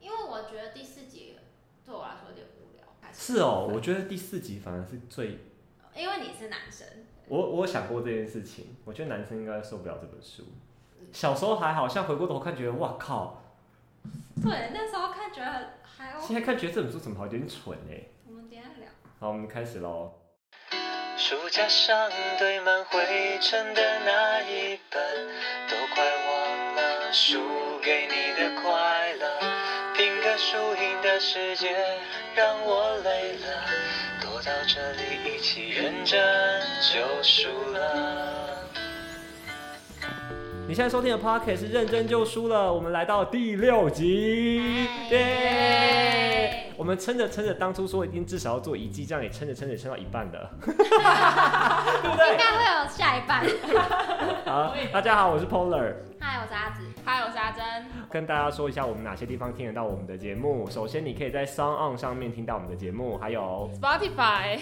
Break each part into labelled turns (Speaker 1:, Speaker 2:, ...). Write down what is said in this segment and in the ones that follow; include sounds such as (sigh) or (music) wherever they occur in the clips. Speaker 1: 因为我觉得第四集对我来说有点无聊。还
Speaker 2: 是啊哦，我觉得第四集反而是最……
Speaker 1: 因为你是男生，
Speaker 2: 我我有想过这件事情，我觉得男生应该受不了这本书。小时候还好，像回过头看觉得哇靠，
Speaker 1: 对，那时候看觉得还 OK。
Speaker 2: 现在看觉得这本书怎么好像有点蠢哎、
Speaker 1: 我们等一下聊。
Speaker 2: 好，我们开始喽。
Speaker 3: 书架上堆满灰尘的那一本，都快忘了输给你的快乐。拼个输赢的世界让我累了，躲到这里一起认真就输了。
Speaker 2: 你现在收听的 Pocket 是认真就输了，我们来到第六集，耶
Speaker 1: 耶！
Speaker 2: 我们撑着撑着，当初说一定至少要做一季，这样也撑着撑着撑到一半的，对不
Speaker 1: 应
Speaker 2: 对？
Speaker 1: 该会有下一
Speaker 2: (laughs)
Speaker 1: 半。
Speaker 2: 好，大家好，我是 Polar。
Speaker 1: 嗨，我是阿紫。
Speaker 4: 嗨，我是阿珍。
Speaker 2: 跟大家说一下我们哪些地方听得到我们的节目。首先，你可以在 Sound On 上面听到我们的节目，还有
Speaker 4: Spotify，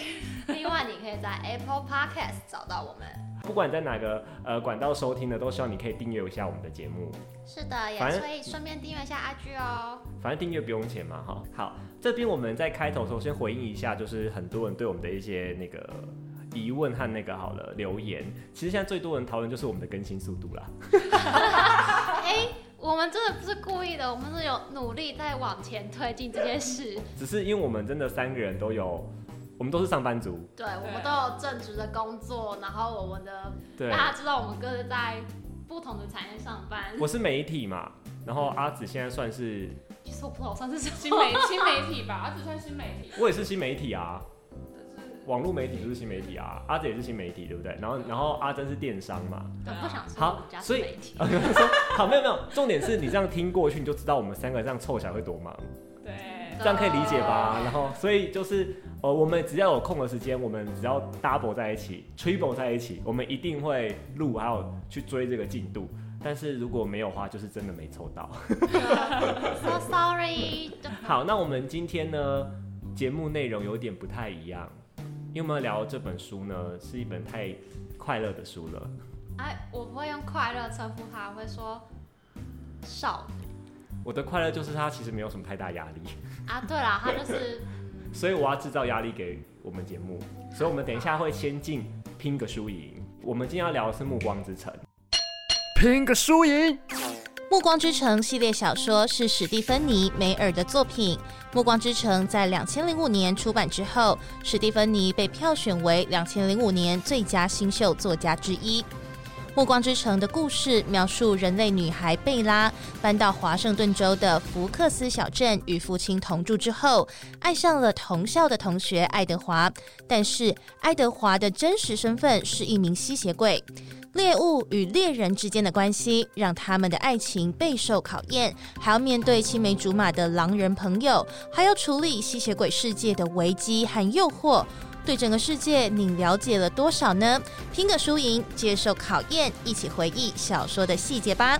Speaker 1: 另外，你可以在 Apple Podcast 找到我们。
Speaker 2: 不管你在哪个呃管道收听的，都希望你可以订阅一下我们的节目。
Speaker 1: 是的，
Speaker 2: 反
Speaker 1: 也
Speaker 2: 正
Speaker 1: 所以顺便订阅一下
Speaker 2: (laughs)
Speaker 1: IG 哦。
Speaker 2: 反正订阅不用钱嘛，哈。好，这边我们在开头首先回应一下，就是很多人对我们的一些那个疑问和那个好了留言。其实现在最多人讨论就是我们的更新速度啦。
Speaker 1: 哎、我们真的不是故意的，我们是有努力在往前推进这件事。
Speaker 2: 只是因为我们真的三个人都有，我们都是上班族，
Speaker 1: 对，我们都有正职的工作，然后我们的
Speaker 2: 对。
Speaker 1: 大家知道我们各自在不同的产业上班。
Speaker 2: 我是媒体嘛，然后阿紫现在算是，
Speaker 1: 其实我不知道我算是什么。
Speaker 4: 新媒新媒体吧，它只算新媒体，
Speaker 2: 我也是新媒体啊。
Speaker 4: 但是
Speaker 2: 网络媒体就是新媒体啊，阿珍也是新媒体，对不对？然后然后阿珍是电商嘛， (laughs)
Speaker 1: 我不想说
Speaker 2: 啊
Speaker 1: 我
Speaker 2: 好
Speaker 1: 们家是
Speaker 2: 所以
Speaker 1: 媒体。
Speaker 2: 啊，有人说好没有没有，重点是你这样听过去，你就知道我们三个这样凑起来会多忙，
Speaker 4: 对啊
Speaker 2: 这样可以理解吧？然后所以就是呃，我们只要有空的时间，我们只要 double 在一起，triple 在一起，我们一定会录，还有去追这个进度。但是如果没有的话，就是真的没凑到。
Speaker 1: So sorry 对。
Speaker 2: 好，那我们今天呢，节目内容有点不太一样，因为我们要聊这本书呢，是一本太快乐的书了。
Speaker 1: 哎，我不会用快乐称呼他，我会说少女
Speaker 2: 我的快乐就是他其实没有什么太大压力，
Speaker 1: 啊。对了，他就是
Speaker 2: 所以我要制造压力给我们节目，所以我们等一下会先进拼个输赢。我们今天要聊的是《暮光之城》，
Speaker 5: 拼个输赢。
Speaker 6: 《暮光之城》系列小说是史蒂芬妮·梅尔的作品。《暮光之城》在两千零五年出版之后，史蒂芬妮被票选为两千零五年最佳新秀作家之一。《暮光之城》的故事描述人类女孩贝拉搬到华盛顿州的福克斯小镇与父亲同住之后，爱上了同校的同学爱德华，但是爱德华的真实身份是一名吸血鬼。猎物与猎人之间的关系，让他们的爱情备受考验，还要面对青梅竹马的狼人朋友，还要处理吸血鬼世界的危机和诱惑。对整个世界，你了解了多少呢？拼个输赢，接受考验，一起回忆小说的细节吧。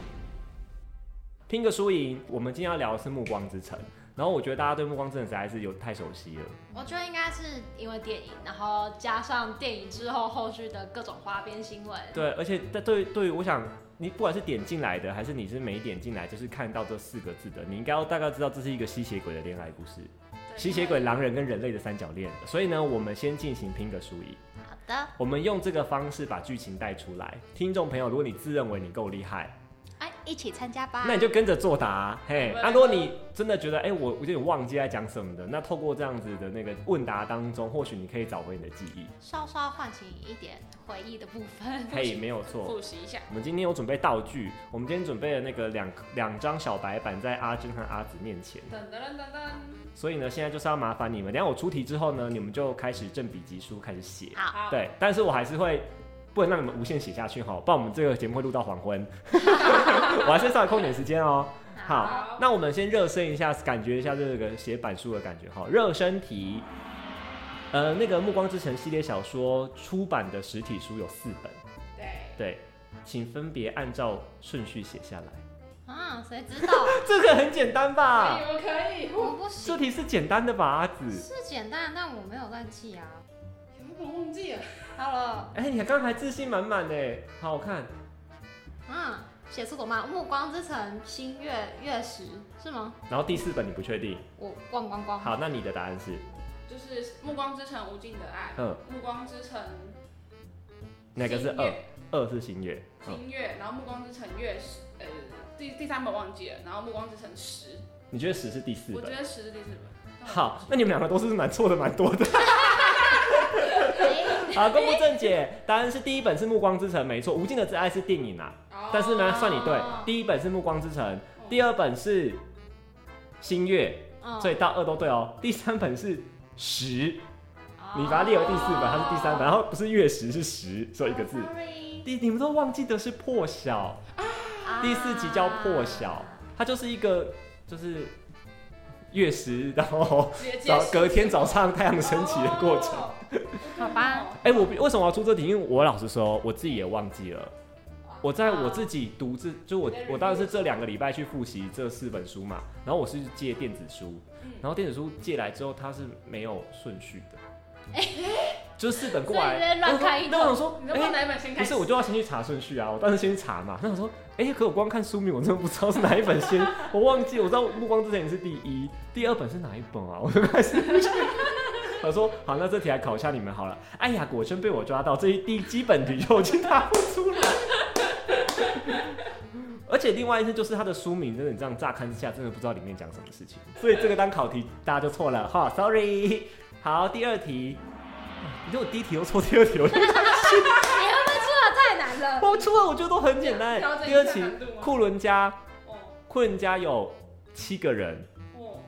Speaker 2: 拼个输赢。我们今天要聊的是《暮光之城》，然后我觉得大家对《暮光之城》实在是有太熟悉了。
Speaker 1: 我觉得应该是因为电影，然后加上电影之后后续的各种花边新闻。
Speaker 2: 对，而且在对对于我想，你不管是点进来的，还是你是没点进来，就是看到这四个字的，你应该要大概知道这是一个吸血鬼的恋爱故事，吸血鬼、狼人跟人类的三角恋。所以呢，我们先进行拼个输赢。
Speaker 1: 好的，
Speaker 2: 我们用这个方式把剧情带出来。听众朋友，如果你自认为你够厉害，
Speaker 1: 哎，一起参加
Speaker 4: 啊
Speaker 1: 吧。
Speaker 2: 那你就跟着作答、嘿，
Speaker 4: 我们
Speaker 2: 啊，如果你真的觉得，哎、我我有点忘记在讲什么的，那透过这样子的那个问答当中，或许你可以找回你的记忆。
Speaker 1: 稍稍唤起一点回忆的部分。
Speaker 2: 嘿，没有错。
Speaker 4: 复习一下。
Speaker 2: 我们今天有准备道具，我们今天准备了那个两两张小白板在阿珍和阿紫面前，
Speaker 4: 噔噔噔噔噔，
Speaker 2: 所以呢，现在就是要麻烦你们，等一下我出题之后呢，你们就开始正笔疾书开始写。
Speaker 4: 好，
Speaker 2: 对，但是我还是会不能让你们无限写下去哈，不然我们这个节目会录到黄昏。我还是稍微空点时间哦。好
Speaker 4: 好，
Speaker 2: 那我们先热身一下，感觉一下这个写板书的感觉哈。热身题，呃，那个《暮光之城》系列小说出版的实体书有四本，
Speaker 4: 对，
Speaker 2: 对，请分别按照顺序写下来。
Speaker 1: (laughs)
Speaker 2: (laughs)
Speaker 1: 啊，谁知道？
Speaker 2: 这个很简单吧？
Speaker 4: 可以，我可以。
Speaker 1: 我不
Speaker 2: 这
Speaker 1: 行，
Speaker 2: 题是简单的吧，阿紫？
Speaker 1: 是简单，但我没有乱记啊。
Speaker 4: 有没有忘记了？啊
Speaker 1: 好了，
Speaker 2: 哎、你刚刚还自信满满哎，好看。
Speaker 1: 啊，写出什么？《暮光之城》新月月食是吗？
Speaker 2: 然后第四本你不确定，
Speaker 1: 我忘光光。
Speaker 2: 好，那你的答案是？
Speaker 4: 就是《暮光之城》无尽的爱，
Speaker 2: 嗯
Speaker 4: 《暮光之城》
Speaker 2: 哪个是
Speaker 4: 新
Speaker 2: 二？
Speaker 4: 月
Speaker 2: 二是新月。嗯，
Speaker 4: 新月，然后《暮光之城》月十，呃，第第三本忘记了，然后《暮光之城》十，
Speaker 2: 你觉得十是第四
Speaker 4: 我觉
Speaker 2: 本？
Speaker 4: 得十是第四本。但我
Speaker 2: 好，那你们两个都是蛮错的，蛮多
Speaker 4: (laughs)
Speaker 2: 的。
Speaker 1: 哎
Speaker 2: 好，公布正解，答案是第一本是《暮光之城》，没错，《无尽的挚爱》是电影啊，
Speaker 4: 哦
Speaker 2: 但是呢，算你对，第一本是《暮光之城》，第二本是《新月》，
Speaker 1: 嗯
Speaker 2: 所以到二都对哦。第三本是十，
Speaker 4: 哦
Speaker 2: 你把它列为第四本，它是第三本，然后不是月十是十，所以一个字。
Speaker 4: 哦
Speaker 1: Sorry
Speaker 2: 第你们都忘记的是破晓，
Speaker 1: 啊
Speaker 2: 第四集叫破晓，它就是一个就是月食，然后
Speaker 4: 直接
Speaker 2: 早
Speaker 4: 结束
Speaker 2: 隔天早上太阳升起的过程。
Speaker 4: 哦
Speaker 1: 好吧，
Speaker 2: 哎、我为什么要出这题？因为我老实说，我自己也忘记了。我在我自己独自，就我我当然是这两个礼拜去复习这四本书嘛，然后我是借电子书，然后电子书借来之后，它是没有顺序的，就是四本过
Speaker 1: 所以你
Speaker 2: 来
Speaker 1: 在，乱开一通
Speaker 2: 那我想说，
Speaker 4: 哦你
Speaker 2: 哎、
Speaker 4: 都放哪一本先
Speaker 2: 不
Speaker 4: 开始？
Speaker 2: 是，我就要先去查顺序啊！我当时先去查嘛。那我说，哎、可我光看书名，我真的不知道是哪一本
Speaker 4: (laughs)
Speaker 2: 先，我忘记。我知道《暮光之城》也是第一，第二本是哪一本啊？我就开始。我说好，那这题来考一下你们好了。哎呀，果真被我抓到，这一第一基本题就已经答不出来。而且另外一件就是它的书名，真的你这样乍看之下，真的不知道里面讲什么事情。所以这个当考题大家就错了哈，sorry。好，第二题，啊你说我第一题又错，第二题我就
Speaker 1: 你会不会出的太难了？
Speaker 2: 我出来我觉得都很简单
Speaker 4: 调。整一
Speaker 2: 第二
Speaker 4: 下
Speaker 2: 题
Speaker 4: 难度吗，
Speaker 2: 库伦家，
Speaker 4: 哦
Speaker 2: 库伦家有七个人，
Speaker 4: 哦，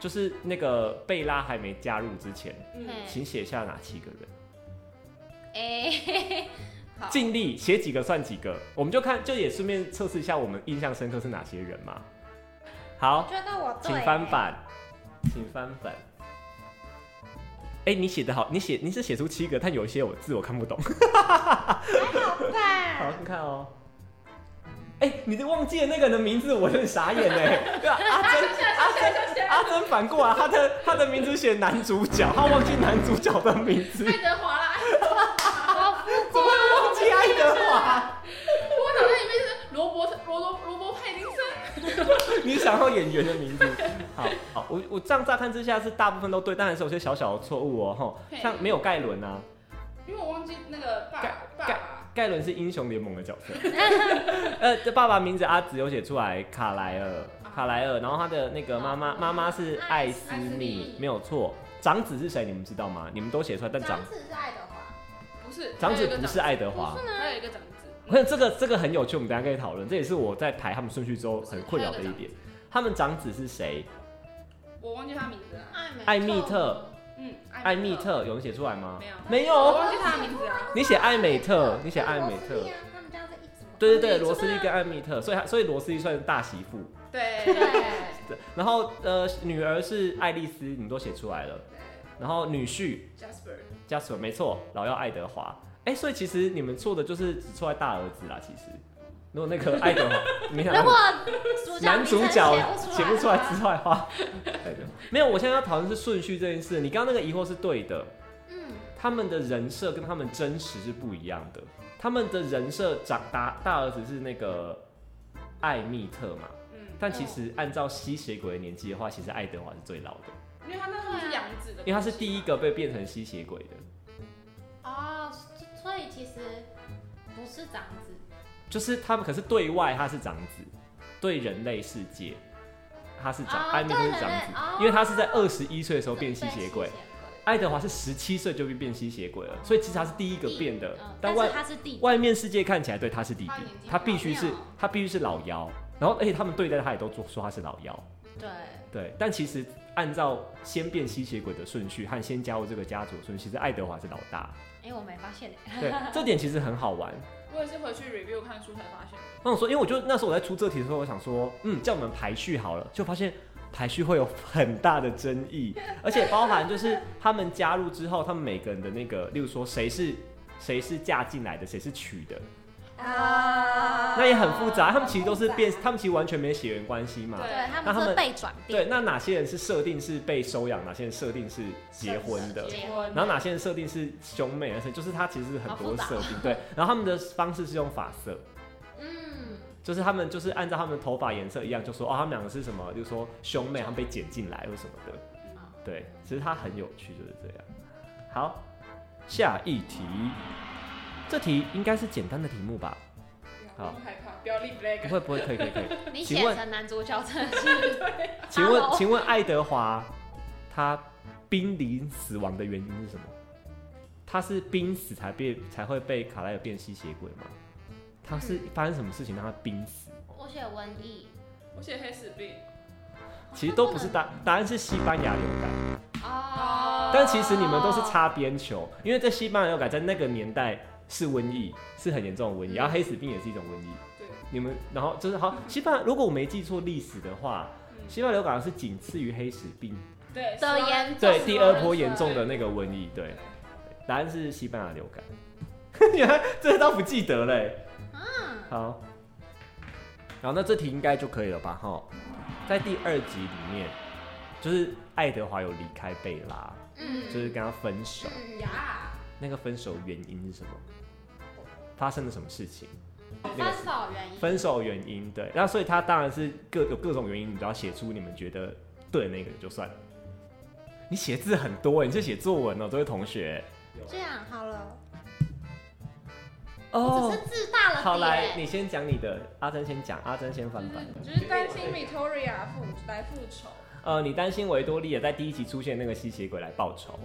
Speaker 2: 就是那个贝拉还没加入之前，
Speaker 4: 嗯，
Speaker 2: 请写下哪七个人？
Speaker 1: 哎，嘿嘿 (laughs) 好
Speaker 2: 尽力写几个算几个，我们就看，就也顺便测试一下我们印象深刻是哪些人嘛。好，
Speaker 1: 觉得我对
Speaker 2: 请翻版，请翻版。哎、你写的好，你写你是写出七个，但有一些我字我看不懂。好，
Speaker 1: 吧。
Speaker 2: 看看哦。哎、你都忘记了那个人的名字，我真的傻眼哎。对啊，阿珍，阿珍，阿珍反过来，他的他的名字写男主角，他忘记男主角的名字，
Speaker 4: 爱德华啦，
Speaker 2: 怎么会忘记爱德华？
Speaker 4: 我脑袋里面是罗伯特罗罗罗伯派丁森。
Speaker 2: 你想要演员的名字？好好，我我这样乍看之下是大部分都对，但还是有些小小的错误哦。吼，
Speaker 4: 嘿
Speaker 2: 像没有盖伦啊，
Speaker 4: 因为我忘记那个爸
Speaker 2: 盖
Speaker 4: 爸爸，
Speaker 2: 盖伦是英雄联盟的角 (laughs) 色。呃，这爸爸名字阿紫有写出来，卡莱尔，卡莱尔。然后他的那个妈妈，妈妈是啊哦艾斯
Speaker 4: 艾斯
Speaker 2: 密
Speaker 4: 密，
Speaker 2: 没有错。长子是谁？你们知道吗？你们都写出来，但长
Speaker 1: 张子是爱德华，
Speaker 4: 不是
Speaker 2: 长子不是，爱啊德华
Speaker 1: 不。是
Speaker 4: 还
Speaker 1: 呢？
Speaker 4: 有一个长子，
Speaker 2: 我看这个这个很有趣，我们等一下可以讨论。这也是我在排他们顺序之后很困扰的一点。他们长子是谁？
Speaker 4: 我忘记他名字了。
Speaker 1: 艾美
Speaker 2: 艾密特，
Speaker 4: 嗯，
Speaker 2: 艾密，特，有人写出来吗
Speaker 4: 没？有，
Speaker 2: 没
Speaker 4: 我
Speaker 2: 有，
Speaker 4: 忘记他的名字啊。
Speaker 2: 你写艾美特，你写艾美特。
Speaker 1: 啊
Speaker 2: 对对对，罗斯利跟艾米特，所以他所以罗斯利算是大媳妇。
Speaker 1: 对
Speaker 4: 对，
Speaker 1: 对，
Speaker 2: 对然后呃，女儿是爱丽丝，你们都写出来了。
Speaker 4: 对
Speaker 2: 然后女婿
Speaker 4: ，Jasper，
Speaker 2: 加索没错，老幺爱德华。哎、所以其实你们错的就是只错在大儿子啦。其实，如果那个爱 (laughs) 德华，没想
Speaker 1: 如果
Speaker 2: 到
Speaker 1: 主角
Speaker 2: 男主
Speaker 1: 名称
Speaker 2: 角
Speaker 1: 写
Speaker 2: 写
Speaker 1: 不
Speaker 2: 不
Speaker 1: 出
Speaker 2: 出
Speaker 1: 来
Speaker 2: 来啊
Speaker 1: 的话
Speaker 2: 之外的话， (laughs) 爱德华没有。我现在要讨论是顺序这件事。你刚刚那个疑惑是对的，
Speaker 1: 嗯，
Speaker 2: 他们的人设跟他们真实是不一样的。他们的人设长大大儿子是那个艾密特嘛，
Speaker 4: 嗯，
Speaker 2: 但其实按照吸血鬼的年纪的话，其实爱德华是最老的。
Speaker 4: 因为他那时候是养子的，
Speaker 2: 因为他是第一个被变成吸血鬼的。
Speaker 1: 哦，所以其实不是长子，
Speaker 2: 就是他们可是对外他是长子，对人类世界他是长，
Speaker 1: 哦
Speaker 2: 艾米特是长
Speaker 1: 对人类
Speaker 2: 子，
Speaker 1: 哦
Speaker 2: 因为他是在二十一岁的时候变吸
Speaker 1: 对
Speaker 2: 血
Speaker 1: 吸
Speaker 2: 鬼，爱德华是十七岁就变吸血鬼了，所以其实他是第一个变的，
Speaker 1: 嗯但
Speaker 2: 但外
Speaker 1: 是他是弟弟，
Speaker 2: 外面世界看起来对他是弟弟
Speaker 4: 他年，纪
Speaker 2: 他必须
Speaker 4: 好
Speaker 2: 是
Speaker 4: 妙哦
Speaker 2: 他必须是老妖，然后而且他们对待他也都说说他是老妖，
Speaker 1: 对，
Speaker 2: 对，但其实按照先变吸血鬼的顺序和先加入这个家族的顺序，其实爱德华是老大，
Speaker 1: 哎，我没发现哎，
Speaker 2: 对，这点其实很好玩。
Speaker 4: 我也是回去 review 看书才发现，
Speaker 2: 那我说，因为我就那时候我在出这题的时候，我想说，嗯，叫我们排序好了，就发现排序会有很大的争 (laughs) 议，而且包含就是他们加入之后，他们每个人的那个，例如说谁是谁是嫁进来的，谁是娶的，
Speaker 7: 啊
Speaker 2: 那也很复哦杂。他们其实都是变，他们其实完全没血缘关系嘛。
Speaker 1: 对他
Speaker 2: 那他
Speaker 1: 们是
Speaker 2: 们
Speaker 1: 被转变，
Speaker 2: 对，那哪些人是设定是被收养，哪些人设定是结婚的？
Speaker 1: 结婚
Speaker 4: 婚
Speaker 2: 然后哪些人设定是兄妹，而且就是他其实很多设定，对。然后他们的方式是用发色，
Speaker 1: 嗯，
Speaker 2: 就是他们就是按照他们头发颜色一样，就说哦，他们两个是什么，就说兄妹，他们被捡进来或什么的。对，其实它很有趣，就是这样。好，下一题，这题应该是简单的题目吧？好
Speaker 4: 不用害怕，不要立
Speaker 2: 不
Speaker 4: flag。
Speaker 2: 会，不会，可以，可以，可以。
Speaker 1: 你
Speaker 2: 请
Speaker 1: 写
Speaker 2: 问
Speaker 1: 成男主角真的是
Speaker 2: 请问
Speaker 1: Hello，
Speaker 2: 请问爱德华他濒临死亡的原因是什么？他是濒死才变才会被卡莱尔变吸血鬼吗？他是发生什么事情让他濒死？
Speaker 1: 我写瘟疫，
Speaker 4: 我写黑死病，
Speaker 2: 其实都不是
Speaker 1: 嗯
Speaker 2: 答答案是西班牙流感。
Speaker 1: 哦，
Speaker 2: 但其实你们都是擦边球，因为在西班牙流感在那个年代是瘟疫，是很严重的瘟疫，然后黑死病也是一种瘟疫。
Speaker 4: 对，
Speaker 2: 你们然后就是好，西班牙如果我没记错历史的话，
Speaker 4: 嗯，哦
Speaker 2: 西班牙流感是仅次于黑死病
Speaker 4: 对，
Speaker 1: (laughs) 的严重
Speaker 2: 对
Speaker 1: 的
Speaker 2: 第二波严重的那个瘟疫。对，答案是西班牙流感。 (laughs) 原来这倒不记得嘞。好，然后那这题应该就可以了吧？哈，在第二集里面，就是爱德华有离开贝拉，
Speaker 1: 嗯
Speaker 2: 就是跟他分手。
Speaker 4: 呀，
Speaker 2: 那个分手原因是什么？发生了什么事情？那个
Speaker 1: 分手原因，
Speaker 2: 分手原因对，那所以他当然是各有各种原因，你只要写出你们觉得对的那个就算。你写字很多，你是写作文哦，这位同学。
Speaker 1: 这样好了，
Speaker 2: 哦
Speaker 4: 哦
Speaker 1: 只是字大了
Speaker 2: 好来，
Speaker 1: 点，
Speaker 2: 你先讲你的，阿珍先讲，阿珍先翻版。
Speaker 4: 嗯就是担心 Victoria 复来复仇，
Speaker 2: 呃，你担心维多利亚在第一集出现那个吸血鬼来报仇，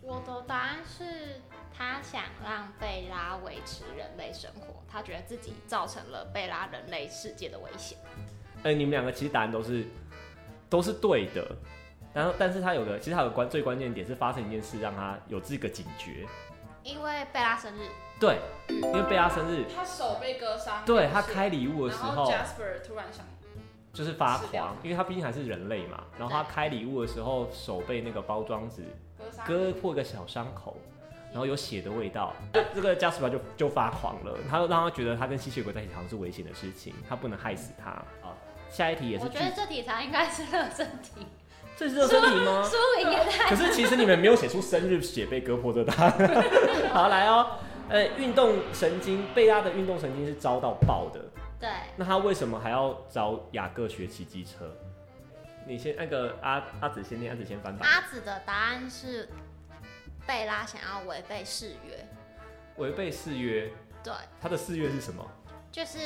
Speaker 1: 我的答案是。他想让贝拉维持人类生活，他觉得自己造成了贝拉人类世界的危险。
Speaker 2: 呃，你们两个其实答案都是都是对的，然后但是他有个其实他有个关最关键的点是发生一件事让他有这个警觉，
Speaker 1: 因为贝拉生日，
Speaker 2: 对，因为贝拉生日，
Speaker 4: 他手被割伤，
Speaker 2: 对
Speaker 4: 是
Speaker 2: 他开礼物的时
Speaker 4: 然后
Speaker 2: 候
Speaker 4: Jasper 突然想，
Speaker 2: 就是发
Speaker 4: 死掉
Speaker 2: 狂，因为他毕竟还是人类嘛。然后他
Speaker 1: 对
Speaker 2: 开礼物的时候，手被那个包装纸
Speaker 4: 割伤，
Speaker 2: 割破个小伤口，然后有血的味道，这这个 Jasper 就就发狂了，他就让他觉得他跟吸血鬼在一起好像是危险的事情，他不能害死他啊。下一题也是
Speaker 1: 我
Speaker 2: 剧
Speaker 1: 觉，得这题材应该是热身题，
Speaker 2: 这是热身题吗？
Speaker 1: 输赢也太
Speaker 2: 可是其实你们没有写出生日血被割破的答案。好，来哦，呃，运动神经贝拉的运动神经是遭到爆的，
Speaker 1: 对，
Speaker 2: 那他为什么还要找雅各学骑机车？你先那个阿阿紫先念，阿紫先翻吧。
Speaker 1: 阿紫的答案是贝拉想要违背誓约，
Speaker 2: 违背誓约，
Speaker 1: 对，
Speaker 2: 他的誓约是什么？
Speaker 1: 就是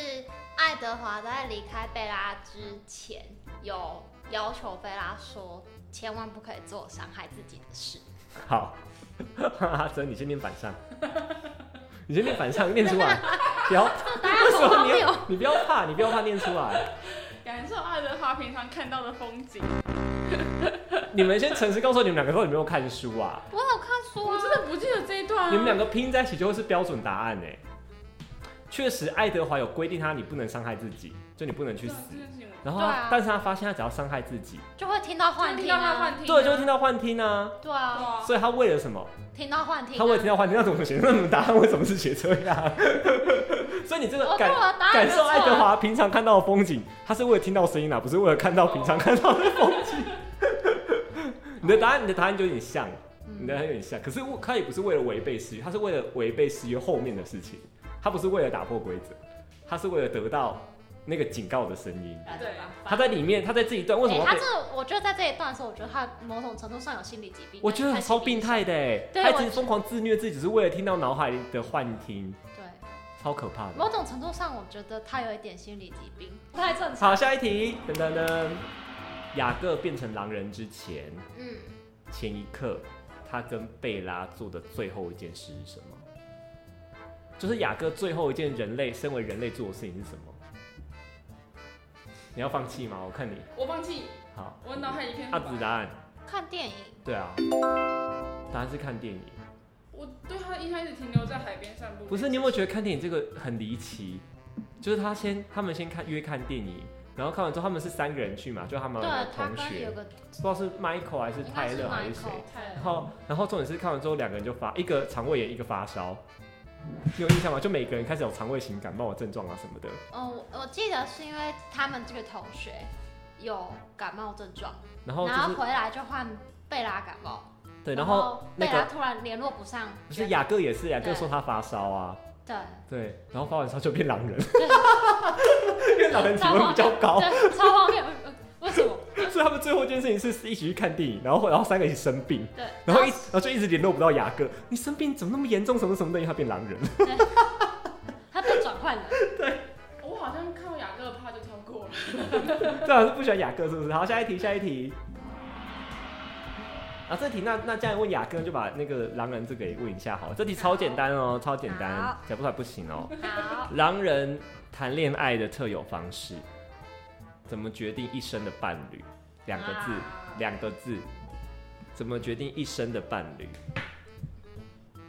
Speaker 1: 爱德华在离开贝拉之前有要求贝拉说，千万不可以做伤害自己的事。
Speaker 2: 好，阿哲，你先念反上，你先念反上，念出来。不要，为什么你要？你不要怕，你不要怕念出来。
Speaker 4: 感受爱德华平常看到的风景。
Speaker 2: 你们先诚实告诉我，你们两个到底有没有看书啊？
Speaker 1: 我有看书
Speaker 4: 我
Speaker 1: 啊
Speaker 4: 真，的不记得这一段啊。
Speaker 2: 你们两个拼在一起就会是标准答案哎。确实，爱德华有规定他你不能伤害自己，就你不能去
Speaker 4: 对
Speaker 2: 死。
Speaker 4: 这件事情我
Speaker 2: 然后
Speaker 1: 对
Speaker 2: 他，
Speaker 1: 啊
Speaker 2: 但是他发现他只要伤害自己，
Speaker 1: 就会听到幻
Speaker 4: 就
Speaker 1: 听
Speaker 4: 听到他
Speaker 1: 啊
Speaker 4: 幻，听啊，
Speaker 2: 对，就会听到幻听啊。
Speaker 1: 对
Speaker 4: 对
Speaker 1: 啊，
Speaker 4: 啊
Speaker 2: 所以他为了什么？
Speaker 1: 听到幻听啊。
Speaker 2: 他为了听到幻听，那怎么写？那你们答案为什么是写这样？ (laughs) 所以你这个
Speaker 1: 我啊
Speaker 2: 感
Speaker 1: 看我的答案
Speaker 2: 感
Speaker 1: 就
Speaker 2: 受
Speaker 1: 错啊
Speaker 2: 爱德
Speaker 1: 了
Speaker 2: 华平常看到的风景，他是为了听到声音啊啦，不是为了看到平常看到的风景。 (laughs) 你的答案，你的答案就有点像，
Speaker 1: 嗯
Speaker 2: 你的答案有点像。可是我他也不是为了违背誓约，他是为了违背誓约后面的事情，他不是为了打破规则，他是为了得到那个警告的声音。
Speaker 4: 对啊，
Speaker 2: 他在里面，他在这一段为什么要
Speaker 1: 哎他
Speaker 2: 被
Speaker 1: 这？个，我觉得在这一段的时候，我觉得他某种程度上有心理疾病。
Speaker 2: 我觉得
Speaker 1: 但是
Speaker 2: 超病态的欸，
Speaker 1: 对
Speaker 2: 他
Speaker 1: 我
Speaker 2: 一直
Speaker 1: 觉
Speaker 2: 疯狂自虐自己，只是为了听到脑海里的幻听。
Speaker 1: 对，
Speaker 2: 超可怕
Speaker 1: 某
Speaker 2: 的。
Speaker 1: 种程度上，我觉得他有一点心理疾病，不太正常。
Speaker 2: 好，下一题，噔噔噔，雅各变成狼人之前，
Speaker 1: 嗯，
Speaker 2: 前一刻，他跟贝拉做的最后一件事是什么？就是雅各最后一件人类身为人类做的事情是什么？你要放弃吗？我看你
Speaker 4: 我放弃，
Speaker 2: 好，
Speaker 4: 我脑海一片
Speaker 2: 阿
Speaker 4: 空
Speaker 2: 紫
Speaker 4: 白。
Speaker 2: 答案，
Speaker 1: 看电影，
Speaker 2: 对啊，答案是看电影。
Speaker 4: 我对他一开始停留在海边散步。
Speaker 2: 不是你有没有觉得看电影这个很离奇？就是他先他们先看约看电影，然后看完之后他们是三个人去嘛，就他们
Speaker 1: 对啊
Speaker 2: 的
Speaker 1: 他
Speaker 2: 同
Speaker 1: 跟
Speaker 2: 学
Speaker 1: 有，个
Speaker 2: 不知道是 Michael 还是
Speaker 1: 应
Speaker 2: 泰
Speaker 1: 该是
Speaker 2: 勒还是谁。
Speaker 1: Michael，
Speaker 4: 太
Speaker 2: 然后，然后重点是看完之后，两个人就发一个肠胃炎，一个发烧，你有印象吗？就每个人开始有肠胃型感冒的症状啊什么的。
Speaker 1: 哦，我我记得是因为他们这个同学有感冒症状，
Speaker 2: 然后就
Speaker 1: 然后
Speaker 2: 是
Speaker 1: 回来就换贝拉感冒，
Speaker 2: 对，然后那
Speaker 1: 贝拉
Speaker 2: 个
Speaker 1: 突然联络不上，
Speaker 2: 不是雅各也是，雅各
Speaker 1: 对
Speaker 2: 说他发烧啊， (laughs)
Speaker 1: 对，
Speaker 2: 对，然后发完烧就变狼人，
Speaker 1: 对
Speaker 2: (laughs) 因为狼人体温比较高，
Speaker 1: 对，超荒谬，呃为什么？
Speaker 2: 所以他们最后一件事情是是一起去看电影，然后然后三个一起生病。
Speaker 1: 对，
Speaker 2: 然后一然后就一直联络不到雅各，你生病怎么那么严重？什么什么的，因为他变狼人。 (laughs)
Speaker 1: 他被转换了，
Speaker 4: 我好像看到雅各怕就跳过了。
Speaker 2: 最好是啊不喜欢雅各，是不是？好，下一题，下一题。啊，这题那那这样问雅各，就把那个狼人这个也问一下好了。这题超简单哦，超简单
Speaker 7: 好，
Speaker 2: 讲不出来不行哦。
Speaker 1: 好，
Speaker 2: 狼人谈恋爱的特有方式，怎么决定一生的伴侣？两个字，
Speaker 4: 啊
Speaker 2: 两个字，怎么决定一生的伴侣？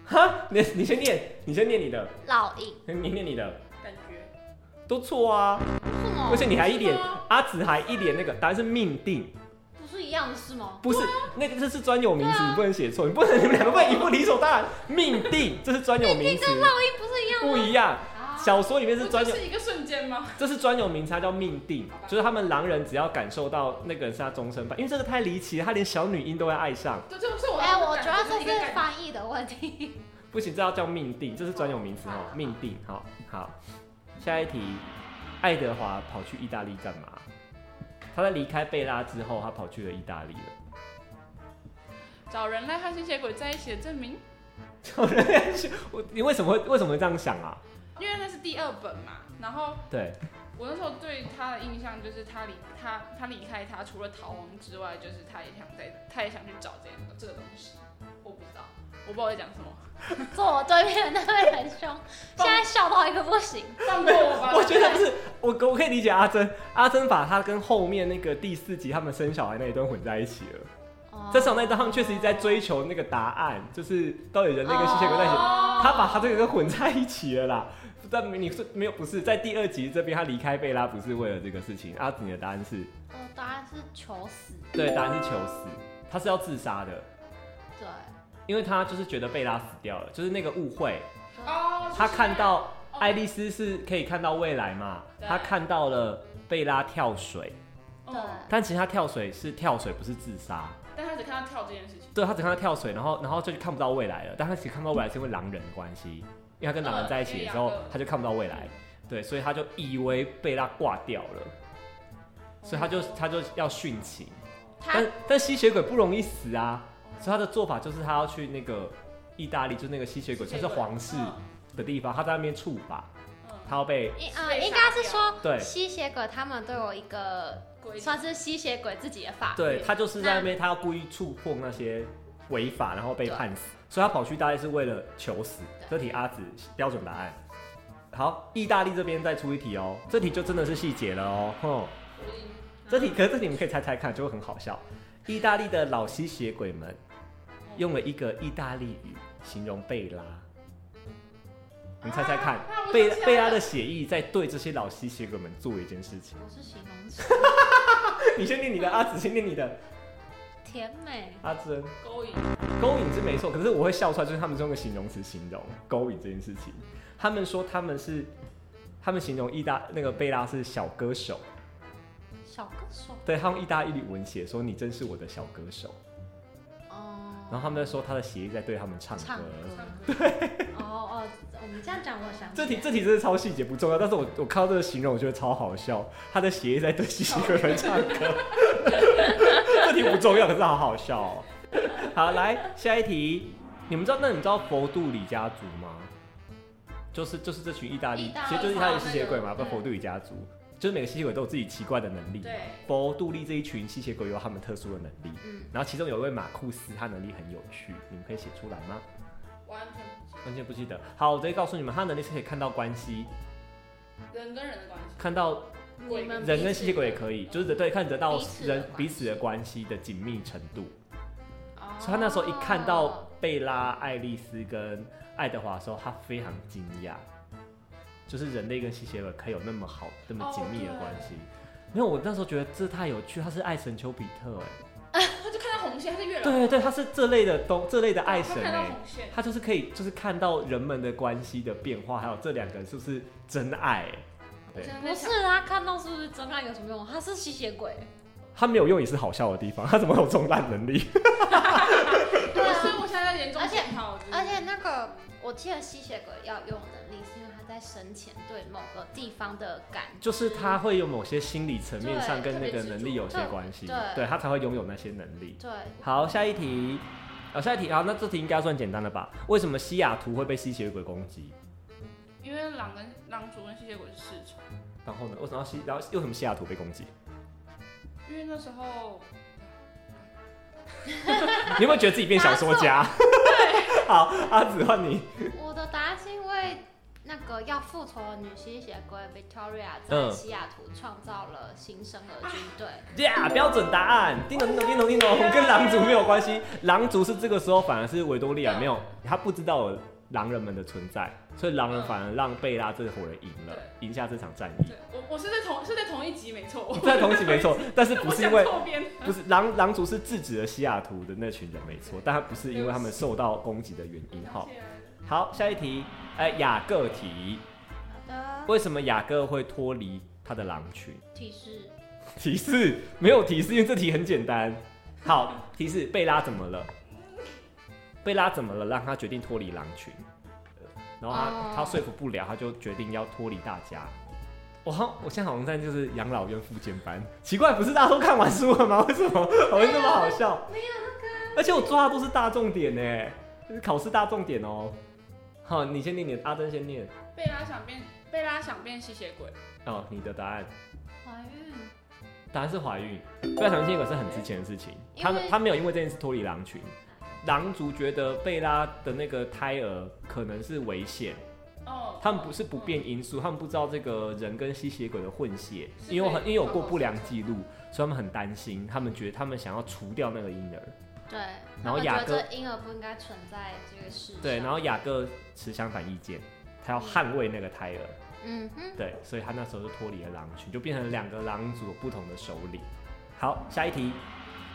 Speaker 2: 哈，你你先念，你先念你的，
Speaker 1: 老鹰，
Speaker 2: 你念你的，
Speaker 4: 感觉
Speaker 2: 都错啊！
Speaker 1: 是吗？
Speaker 2: 而且你还一脸
Speaker 4: 哦是吗，
Speaker 2: 阿紫还一脸那个，答案是命定。
Speaker 1: 不是一样的是吗？
Speaker 2: 不是，
Speaker 4: 啊
Speaker 2: 那个这是专有名词，你不能写错，你不能你们两个不能一副理所当然。命定，这是专有名词，
Speaker 1: 老鹰不是一样
Speaker 2: 不一样。
Speaker 1: 啊
Speaker 2: 小说里面是
Speaker 4: 不就
Speaker 2: 专有，
Speaker 4: 是一个瞬间吗？
Speaker 2: 这是专有名词，它叫命定，就是他们狼人只要感受到那个人是他终身伴，因为这个太离奇了，他连小女婴都会爱上，
Speaker 4: 对，就是我。
Speaker 1: 哎、我觉得这
Speaker 4: 一个
Speaker 1: 是
Speaker 4: 感觉。
Speaker 1: 翻译的问题。 (laughs)
Speaker 2: 不行，这要叫命定，这是专有名词哦，命定。好，好，下一题，爱德华跑去意大利干嘛？他在离开贝拉之后，他跑去了意大利了。
Speaker 4: 找人类和吸血鬼在一起的证明，
Speaker 2: 我你为什么会为什么会这样想啊？
Speaker 4: 因为那是第二本嘛。然后
Speaker 2: 对，
Speaker 4: 我那时候对他的印象就是他离他他离开他，除了逃亡之外，就是他也想在他也想去找这个这个东西。我不知道，我不知道我在讲什么，
Speaker 1: 坐我对面的那位很凶，现在笑到一个不行。
Speaker 4: 放过我吧。
Speaker 2: (laughs) 我觉得不是，我我可以理解阿珍，阿珍把她跟后面那个第四集他们生小孩那一段混在一起了。
Speaker 1: 哦
Speaker 2: 这场那一段他们确实一直在追求那个答案，就是到底人类跟吸血鬼在一起，
Speaker 1: 哦
Speaker 2: 他把他这个跟混在一起了啦。但你说没有不是在第二集这边他离开贝拉不是为了这个事情，阿紫你的答案是
Speaker 1: 我哦答案是求死，
Speaker 2: 对，答案是求死，他是要自杀的，
Speaker 1: 对，
Speaker 2: 因为他就是觉得贝拉死掉了，就是那个误会，
Speaker 4: 哦，
Speaker 2: 他看到爱丽丝是可以看到未来嘛，
Speaker 4: 对
Speaker 2: 他看到了贝拉跳水。
Speaker 4: 对
Speaker 1: 对
Speaker 2: 但其实他跳水是跳水，不是自杀。
Speaker 4: 但他只看到跳这件事情。
Speaker 2: 对他只看到跳水，然后然后就看不到未来了。但他其实看不到未来是因为狼人的关系，因为他跟狼人在一起的时候
Speaker 4: 嗯因为，
Speaker 2: 他就看不到未来。对，所以他就以为贝拉挂掉了，所以他就他就要殉情。
Speaker 1: 他嗯
Speaker 2: 但但吸血鬼不容易死啊，所以他的做法就是他要去那个意大利，就是那个吸血鬼，嗯就是皇室的地方，他在那边处罚，
Speaker 4: 嗯
Speaker 2: 他要被
Speaker 1: 应
Speaker 4: 是
Speaker 1: 呃
Speaker 4: 被
Speaker 1: 应该是
Speaker 4: 杀掉
Speaker 1: 说
Speaker 2: 对
Speaker 1: 吸血鬼他们都有一个
Speaker 4: 鬼
Speaker 1: 算是吸血鬼自己的法律，
Speaker 2: 对他就是在那边，他要故意触碰那些违法，然后被判死，所以他跑去意大利是为了求死。这题阿紫标准答案。好，意大利这边再出一题哦，这题就真的是细节了哦。哼，这
Speaker 4: 嗯
Speaker 2: 题可是这题你们可以猜猜看，就会很好笑。意大利的老吸血鬼们用了一个意大利语形容贝拉，你猜猜看，
Speaker 1: 嗯
Speaker 4: 啊
Speaker 2: 贝
Speaker 4: 我想起来了
Speaker 2: 贝拉的血意在对这些老吸血鬼们做一件事情。
Speaker 1: 我是形容词，
Speaker 2: (laughs) 你先念你的，阿紫先念你的，
Speaker 1: 甜美，
Speaker 2: 阿珍。
Speaker 4: 勾引，
Speaker 2: 勾引是没错，可是我会笑出来，就是他们是用个形容词形容勾引这件事情。他们说他们是，他们形容意大那个贝拉是小歌手，
Speaker 1: 小歌手，
Speaker 2: 对他用意大利文写说你真是我的小歌手，
Speaker 1: 哦、
Speaker 2: 然后他们在说他的协议在对他们唱歌。
Speaker 1: 唱歌，哦哦，我们这样讲，我想起
Speaker 2: 这
Speaker 1: 来
Speaker 2: 题这题真的超细节不重要，但是我我看到这个形容我觉得超好笑，他的协议在对吸血鬼们唱歌。 (laughs) 这题不重要，可是好好笑哦。好，来下一题，你们知道那你们知道佛度里家族吗？就是就是这群意大利
Speaker 4: 意大，利
Speaker 2: 其实就是意大利吸血鬼嘛，
Speaker 4: 那
Speaker 2: 不
Speaker 4: 个
Speaker 2: 是佛度里家族，就是每个吸血鬼都有自己奇怪的能力。
Speaker 4: 对，
Speaker 2: 佛杜利这一群吸血鬼有他们特殊的能力，
Speaker 1: 嗯，
Speaker 2: 然后其中有一位马库斯，他能力很有趣，你们可以写出来吗？
Speaker 4: 完全不
Speaker 2: 完全不记得。好，我直接告诉你们，他能力是可以看到关系，
Speaker 4: 是人跟人的关系，
Speaker 2: 看到
Speaker 1: 你们
Speaker 2: 人跟吸血鬼也可以，就是对看得到
Speaker 1: 彼此的
Speaker 2: 人
Speaker 1: 关
Speaker 2: 彼此的关系的紧密程度。
Speaker 4: 哦
Speaker 2: 所以他那时候一看
Speaker 1: 哦
Speaker 2: 到贝拉、爱丽丝跟爱德华的时候，他非常惊讶，就是人类跟吸血鬼可以有那么好、那么紧密的关系。没有，我那时候觉得这太有趣，他是爱神丘比特哎、
Speaker 4: 他就看到红线，他是月老，
Speaker 2: 对对，他是这类的东这类的爱
Speaker 4: 他
Speaker 2: 神哎、
Speaker 4: 看到红线，
Speaker 2: 他就是可以就是看到人们的关系的变化，还有这两个人是不是真爱、哎
Speaker 4: 我现在在
Speaker 1: 不
Speaker 4: 想，
Speaker 1: 是他看到是不是真爱有什么用？他是吸血鬼，
Speaker 2: 他没有用也是好笑的地方，他怎么有这种烂能力？
Speaker 4: 对啊，所以我现在在严重
Speaker 1: 而且
Speaker 4: 检讨我自己，
Speaker 1: 而且那个我记得吸血鬼要用的能力是因为他在生前对某个地方的感知，
Speaker 2: 就是他会有某些心理层面上
Speaker 1: 对
Speaker 2: 跟那个能力有些关系，
Speaker 1: 特别执着对
Speaker 2: 他才会拥有那些能力。
Speaker 1: 对，
Speaker 2: 好，下一题，啊、下一题，好，那这题应该算简单了吧？为什么西雅图会被吸血鬼攻击？
Speaker 4: 因为狼跟狼族跟吸血鬼是世仇，
Speaker 2: 然后呢？为什么要西？然后为什么西雅图被攻
Speaker 1: (laughs)
Speaker 2: 击？
Speaker 4: 因为那时候
Speaker 2: 你有没有觉得自己变小说
Speaker 1: (laughs)
Speaker 2: 家？ (laughs) 好，阿紫换你。
Speaker 1: 我的答案是因为那个要复仇的女吸血鬼 Victoria 在
Speaker 2: 嗯
Speaker 1: 西雅图创造了新生儿军队，
Speaker 2: 呀、yeah,，标准答案，叮咚叮咚叮咚叮咚，跟狼族没有关系。狼族是这个时候反而是维多利亚没有，他不知道有狼人们的存在，所以狼人反而让贝拉这伙人赢了，赢下这场战役。
Speaker 4: 对我我是在同是在同一集没错，我
Speaker 2: 在同情没错，但是不是因为
Speaker 4: (laughs) 我讲错边
Speaker 2: 不是狼狼族是制止了西雅图的那群人没错，但他不是因为他们受到攻击的原因。好，好，下一题，哎、雅各题，
Speaker 1: 好的，
Speaker 2: 为什么雅各会脱离他的狼群？
Speaker 1: 提示
Speaker 2: 提示没有提示，因为这题很简单。好，提示贝拉怎么了？贝拉怎么了？让他决定脱离狼群，呃然后他、
Speaker 1: 哦
Speaker 2: 他说服不了，他就决定要脱离大家。我好，我现在好像在就是养老院复健班，奇怪，不是大家都看完书了吗？为什么好像这么好笑？没有那个，而且我抓的都是大重点呢，就是考试大重点哦。好，你先念你的，阿珍先念。
Speaker 4: 贝拉想变贝拉想变吸血鬼，
Speaker 2: 哦，你的答案，
Speaker 1: 怀孕，
Speaker 2: 答案是怀孕。不要想这个是很之前的事情，
Speaker 1: 因为
Speaker 2: 他们他没有因为这件事脱离狼群。狼族觉得贝拉的那个胎儿可能是危险，
Speaker 4: 哦，
Speaker 2: 他们不是不变因素，他们不知道这个人跟吸血鬼的混血，因为很因为有过不良记录，所以他们很担心，他们觉得他们想要除掉那个婴儿。
Speaker 1: 对，
Speaker 2: 然后
Speaker 1: 他们
Speaker 2: 雅
Speaker 1: 觉
Speaker 2: 各
Speaker 1: 得这婴儿不应该存在这个世上，
Speaker 2: 对，然后雅各持相反意见，他要捍卫那个胎儿。
Speaker 1: 嗯哼，
Speaker 2: 对，所以他那时候就脱离了狼群，就变成两个狼族有不同的首领。好，下一题，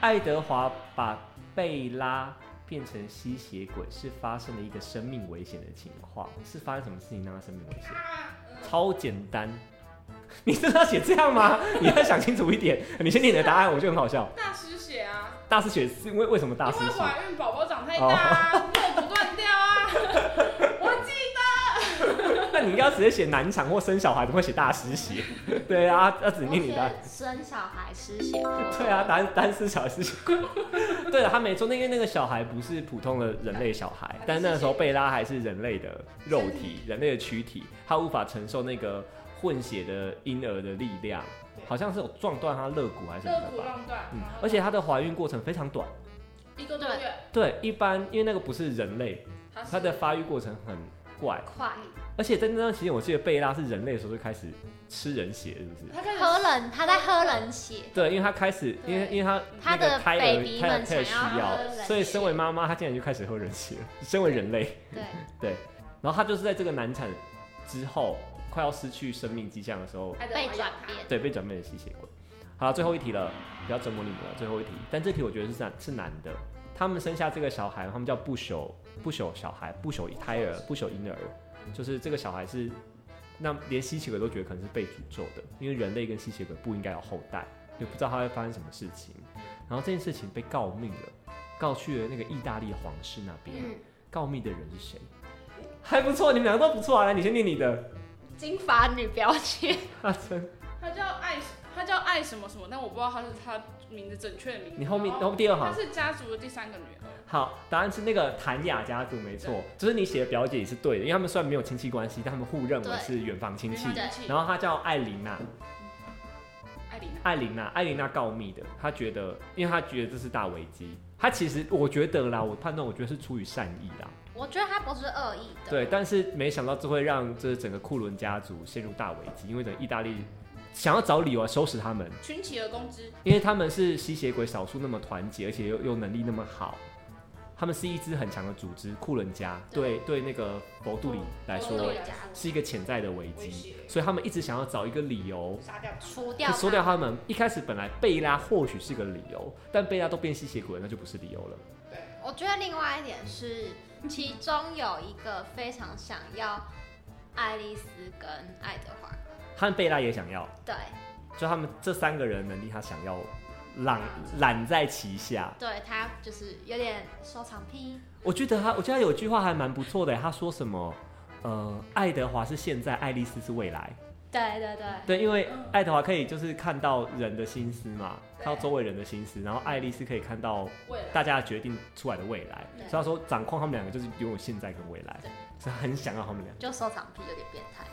Speaker 2: 爱德华把贝拉变成吸血鬼，是发生了一个生命危险的情况，是发生什么事情让他生命危险？
Speaker 4: 呃
Speaker 2: 超简单，你真的要写这样吗？你要想清楚一点，你先念你的答案，我觉得很好笑。
Speaker 4: 大失血啊，
Speaker 2: 大失血是因为为什么大
Speaker 4: 因
Speaker 2: 失
Speaker 4: 为
Speaker 2: 血？哦
Speaker 4: 怀孕宝宝长太大啊，肋骨断掉
Speaker 2: (laughs)
Speaker 4: 啊，我记
Speaker 2: 那你应该要直接写难产或生小孩，怎么会写大失血？对啊，要只
Speaker 1: 我 (laughs)
Speaker 2: 念你的 (laughs) 答案。
Speaker 1: 觉得生小孩失血，
Speaker 2: 对啊，单单是 (laughs) 小吸血鬼。对啊，他没错，那因为那个小孩不是普通的人类小孩，但那时候贝拉还是人类的肉体，人类的躯体，他无法承受那个混血的婴儿的力量，好像是有撞断他肋骨还是
Speaker 4: 得
Speaker 2: 什
Speaker 4: 肋
Speaker 2: 么
Speaker 4: 骨啊
Speaker 2: 的吧。
Speaker 4: 弄断，
Speaker 2: 嗯
Speaker 4: 然后，
Speaker 2: 而且她的怀孕过程非常短。
Speaker 4: 一个多月，
Speaker 2: 对，一般因为那个不是人类，
Speaker 4: 他
Speaker 2: 她的发育过程很怪，
Speaker 1: 快
Speaker 2: 而且在那段期间，我记得贝拉是人类的时候就开始吃人血，是不是？
Speaker 4: 他开始
Speaker 1: 喝人，他在喝人血，
Speaker 2: 对，因为她开始，因为因为她
Speaker 1: 他
Speaker 2: 那个
Speaker 1: 的
Speaker 2: 胎儿
Speaker 1: baby
Speaker 2: 胎儿
Speaker 1: 们
Speaker 2: 胎儿需
Speaker 1: 想要
Speaker 2: 要
Speaker 1: 喝人血，
Speaker 2: 所以身为妈妈，她竟然就开始喝人血，身为人类，
Speaker 1: 对，
Speaker 2: 对。然后她就是在这个难产之后，快要失去生命迹象的时候，
Speaker 4: 爱德华
Speaker 1: 被
Speaker 4: 养
Speaker 1: 转
Speaker 4: 他
Speaker 1: 变，
Speaker 2: 对，被转变成吸血鬼。好了，最后一题了，不要折磨你们了，最后一题。但这题我觉得是难是难的。他们生下这个小孩，他们叫不朽不朽小孩、不朽胎儿、不朽婴儿，就是这个小孩是那连吸血鬼都觉得可能是被诅咒的，因为人类跟吸血鬼不应该有后代，也不知道他会发生什么事情。然后这件事情被告密了，告去了那个意大利皇室那边。
Speaker 1: 嗯，
Speaker 2: 告密的人是谁？还不错，你们两个都不错啊。来，你先念你的。
Speaker 1: 金发女标签，
Speaker 2: 阿珍，
Speaker 4: 他叫爱，他叫爱爱什么什么，但我不知道她是她名字正确的名字。
Speaker 2: (laughs) 你后面
Speaker 4: 然
Speaker 2: 后面第二行
Speaker 4: 她，是家族的第三个女儿。
Speaker 2: 好，答案是那个谭雅家族，没错，就是你写的表姐也是对的，因为他们虽然没有亲戚关系，但他们互认为
Speaker 1: 对
Speaker 2: 是远房亲戚
Speaker 4: 原。来是
Speaker 2: 然后她叫艾琳娜，
Speaker 4: 艾琳娜，
Speaker 2: 艾琳娜，艾琳娜告密的，她觉得，因为她觉得这是大危机。她其实我觉得啦，我判断我觉得是出于善意啦，
Speaker 1: 我觉得他不是恶意的，
Speaker 2: 对，但是没想到这会让这整个库伦家族陷入大危机，因为整个意大利想要找理由来收拾他们，
Speaker 4: 群起而攻之，
Speaker 2: 因为他们是吸血鬼少数那么团结，而且又又能力那么好，他们是一支很强的组织。库伦家对对那个佛杜里来
Speaker 4: 嗯佛杜
Speaker 2: 说
Speaker 4: 里
Speaker 2: 是一个潜在的危
Speaker 4: 威
Speaker 2: 机
Speaker 4: 胁，
Speaker 2: 所以他们一直想要找一个理由
Speaker 4: 杀掉她。
Speaker 1: 除掉
Speaker 2: 说掉他们。一开始本来贝拉或许是个理由，但贝拉都变吸血鬼了，那就不是理由了。
Speaker 1: 我觉得另外一点是，其中有一个非常想要爱丽丝跟爱德华，
Speaker 2: 他们贝拉也想要，
Speaker 1: 对
Speaker 2: 就他们这三个人能力，他想要揽揽在旗下。
Speaker 1: 对，他就是有点收藏癖，
Speaker 2: 我觉得他，我觉得他有句话还蛮不错的，他说什么？呃，爱德华是现在，爱丽丝是未来。
Speaker 1: 对对对，
Speaker 2: 对，因为爱德华可以就是看到人的心思嘛，
Speaker 4: 对
Speaker 2: 看到周围人的心思，然后爱丽丝可以看到
Speaker 4: 未来
Speaker 2: 大家决定出来的未来，
Speaker 1: 对
Speaker 2: 所以他说掌控他们两个就是拥有现在跟未来，所以他很想要他们俩，
Speaker 1: 就收藏癖有点变态。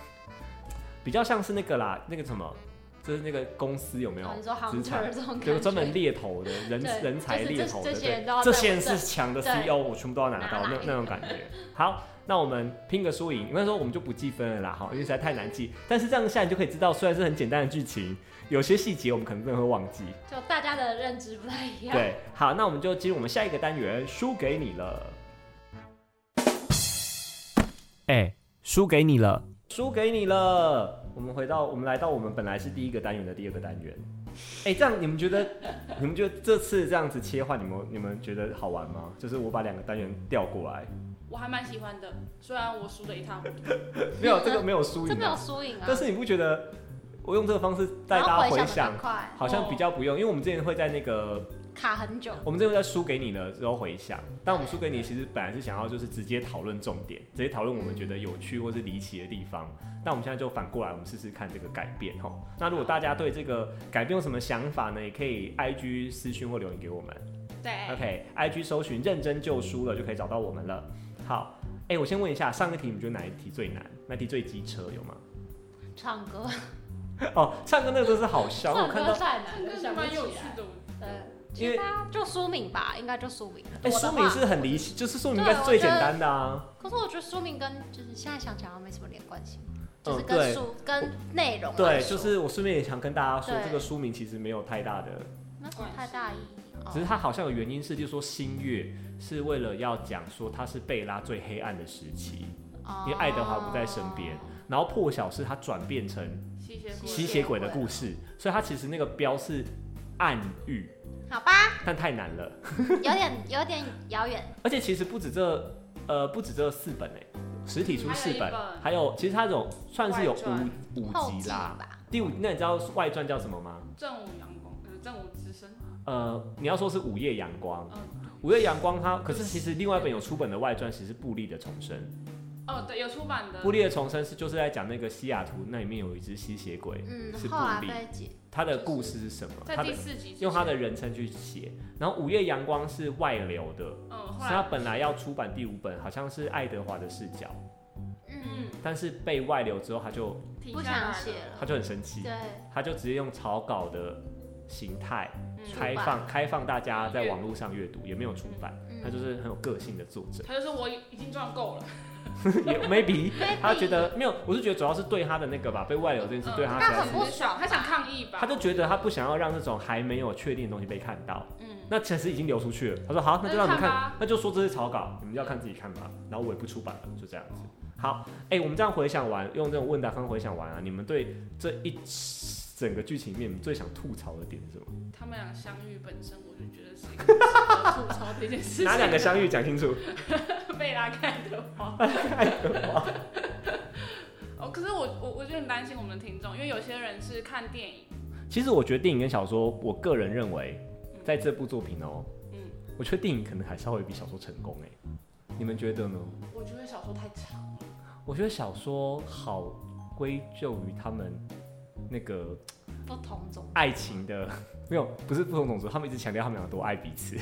Speaker 2: 比较像是那个啦，那个什么，就是那个公司有没有
Speaker 1: 哦，你说
Speaker 2: 职
Speaker 1: hunter
Speaker 2: 场
Speaker 1: 这种感
Speaker 2: 有
Speaker 1: 觉，
Speaker 2: 个专门猎头的人
Speaker 1: 对
Speaker 2: 人才
Speaker 1: 就是
Speaker 2: 猎
Speaker 1: 这
Speaker 2: 头
Speaker 1: 这
Speaker 2: 的，
Speaker 1: 些
Speaker 2: 对
Speaker 1: 人都要
Speaker 2: 这
Speaker 1: 在
Speaker 2: 些
Speaker 1: 我
Speaker 2: 人
Speaker 1: 这
Speaker 2: 是强的
Speaker 1: 对
Speaker 2: CEO，我全部都要拿到，
Speaker 1: 拿
Speaker 2: 那
Speaker 1: 来
Speaker 2: 那种感觉。好，那我们拼个输赢，应该说我们就不计分了啦，哈，因为实在太难记。但是这样下来你就可以知道，虽然是很简单的剧情，有些细节我们可能真的会忘记。
Speaker 1: 就大家的认知不太一样。
Speaker 2: 对，好，那我们就进入我们下一个单元，输给你了。哎、输给你了，输给你了。我们回到，我们来到我们本来是第一个单元的第二个单元。哎、这样你们觉得，你们觉得这次这样子切换，你们你们觉得好玩吗？就是我把两个单元调过来，
Speaker 4: 我还蛮喜欢的，虽然我输的一塌糊涂。
Speaker 2: 没有这个没有输
Speaker 1: (laughs) 这
Speaker 2: 赢
Speaker 1: 没有
Speaker 2: 啊，
Speaker 1: 输赢啊，
Speaker 2: 但是你不觉得我用这个方式带
Speaker 1: 然
Speaker 2: 大
Speaker 1: 后
Speaker 2: 家
Speaker 1: 回
Speaker 2: 回
Speaker 1: 想得
Speaker 2: 想
Speaker 1: 很，快，
Speaker 2: 好像比较不用，因为我们之前会在那个
Speaker 1: 卡很久。
Speaker 2: 我们这个在输给你的时候回想，但我们输给你其实本来是想要就是直接讨论重点，直接讨论我们觉得有趣或是离奇的地方。但我们现在就反过来，我们试试看这个改变哈。那如果大家对这个改变有什么想法呢，也可以 I G 私讯或留言给我们。
Speaker 1: 哎
Speaker 4: 对，
Speaker 2: OK，I、G 搜寻“认真就输了”就可以找到我们了。好，哎、我先问一下，上个题你们觉得哪一题最难？那题最机车有吗？ (laughs)
Speaker 1: 唱歌，
Speaker 2: 哦，唱歌那个真是好笑，我
Speaker 1: 唱
Speaker 2: 看
Speaker 1: 歌
Speaker 2: 到
Speaker 1: 太难了，
Speaker 4: 这
Speaker 1: 想
Speaker 4: 是
Speaker 1: 不
Speaker 4: 蛮有
Speaker 1: 起
Speaker 4: 趣
Speaker 1: 来。
Speaker 4: 的。
Speaker 1: 对，
Speaker 2: 因为
Speaker 1: 其他就苏敏吧，应该就苏敏。
Speaker 2: 哎、
Speaker 1: 我的
Speaker 2: 苏
Speaker 1: 话
Speaker 2: 敏是很离奇，就是苏敏应
Speaker 1: 对
Speaker 2: 该是
Speaker 1: 我
Speaker 2: 最
Speaker 1: 觉
Speaker 2: 简
Speaker 1: 得
Speaker 2: 单的啊。
Speaker 1: 可是我觉得说明跟就是现在想起来好像没什么连贯性，
Speaker 2: 嗯
Speaker 1: 就是
Speaker 2: 对
Speaker 1: 跟书、跟内容来
Speaker 2: 对，
Speaker 1: 说
Speaker 2: 就是我顺便也想跟大家说，
Speaker 1: 对
Speaker 2: 这个书名其实没有太大的，
Speaker 1: 没有什么太大意义。哦
Speaker 2: 只是它好像有原因是，就是说新月是为了要讲说它是贝拉最黑暗的时期，因为爱德华不在身边
Speaker 1: 哦，
Speaker 2: 然后破晓是它转变成
Speaker 4: 吸血鬼，
Speaker 2: 吸血鬼的故事，所以它其实那个标是暗喻，
Speaker 1: 好吧，
Speaker 2: 但太难了，
Speaker 1: 有点有点遥远。
Speaker 2: 而且其实不止这，呃，不止这四本哎、实体书四
Speaker 4: 还有
Speaker 2: 本
Speaker 4: 一本，
Speaker 2: 还有其实它这种算是有
Speaker 4: 外传
Speaker 2: 五
Speaker 1: 后
Speaker 2: 五集
Speaker 1: 记
Speaker 2: 啦，
Speaker 1: 吧，
Speaker 2: 第五，那你知道外传叫什么吗？
Speaker 4: 正午阳光，呃，正午之声，
Speaker 2: 呃，你要说是午夜阳光，
Speaker 4: 嗯，
Speaker 2: 午夜阳光它，可是其实另外一本有出本的外传，其实是布利的重生。
Speaker 4: 哦，对，有出版的
Speaker 2: 布，利的重生是就是在讲那个西雅图那里面有一只吸血鬼，
Speaker 1: 嗯
Speaker 2: 是，布
Speaker 1: 后来
Speaker 2: 利，
Speaker 1: 被解，
Speaker 2: 它的故事是什么？
Speaker 4: 在
Speaker 2: 它
Speaker 4: 第
Speaker 2: 的
Speaker 4: 四集之前
Speaker 2: 用它的，人称去写。然后午夜阳光是外流的，
Speaker 4: 嗯，后
Speaker 2: 是它
Speaker 4: 来，
Speaker 2: 本来要出版第五本，好像是爱德华的视角，
Speaker 1: 嗯，
Speaker 4: 嗯，
Speaker 2: 但是被外流之后，他就
Speaker 4: 停
Speaker 1: 不
Speaker 4: 下来
Speaker 1: 想
Speaker 4: 了
Speaker 1: 写，
Speaker 2: 他
Speaker 1: 了，
Speaker 2: 就很生气，
Speaker 1: 对，
Speaker 2: 他就直接用草稿的形态
Speaker 4: 嗯
Speaker 2: 开
Speaker 1: 出
Speaker 2: 放
Speaker 1: 版
Speaker 2: 开放大家在网络上阅读，也没有出版，
Speaker 1: 嗯
Speaker 2: 他就是很有个性的作者。
Speaker 4: 他就说我已经赚够了，
Speaker 2: 也 maybe， (laughs)
Speaker 1: Maybe
Speaker 2: 他觉得没有，我是觉得主要是对他的那个吧，被外流这件事对他实
Speaker 1: 嗯
Speaker 2: 在
Speaker 1: 但
Speaker 2: 是
Speaker 1: 很不爽
Speaker 4: 他想抗议吧，
Speaker 2: 他就觉得他不想要让这种还没有确定的东西被看到。
Speaker 4: 嗯，
Speaker 2: 那其实已经流出去了，他说好，那就让你们
Speaker 4: 那就看
Speaker 2: 看
Speaker 4: 吧，
Speaker 2: 那就说这是草稿，你们要看自己看吧。然后我也不出版了，就这样子。好，哎、我们这样回想完，用这种问答方式回想完啊，你们对这一整个剧情里面，你们最想吐槽的点是什么？
Speaker 4: 他们俩相遇本身，我就觉得是一个值得吐槽的一件事情。
Speaker 2: 哪两个相遇？讲清楚。
Speaker 4: 贝拉盖德
Speaker 2: (laughs)
Speaker 4: 华。 (laughs) 哦，可是我我我就很担心我们的听众，因为有些人是看电影，
Speaker 2: 其实我觉得电影跟小说，我个人认为，
Speaker 4: 嗯
Speaker 2: 在这部作品哦、
Speaker 4: 嗯，
Speaker 2: 我觉得电影可能还稍微比小说成功哎、你们觉得呢？
Speaker 4: 我觉得小说太长了，
Speaker 2: 我觉得小说好归咎于他们那个
Speaker 1: 不
Speaker 4: (laughs)
Speaker 1: 同种
Speaker 2: 爱情的， (laughs) 没有，不是不同种族，他们一直强调他们两个多爱彼 (laughs) 此，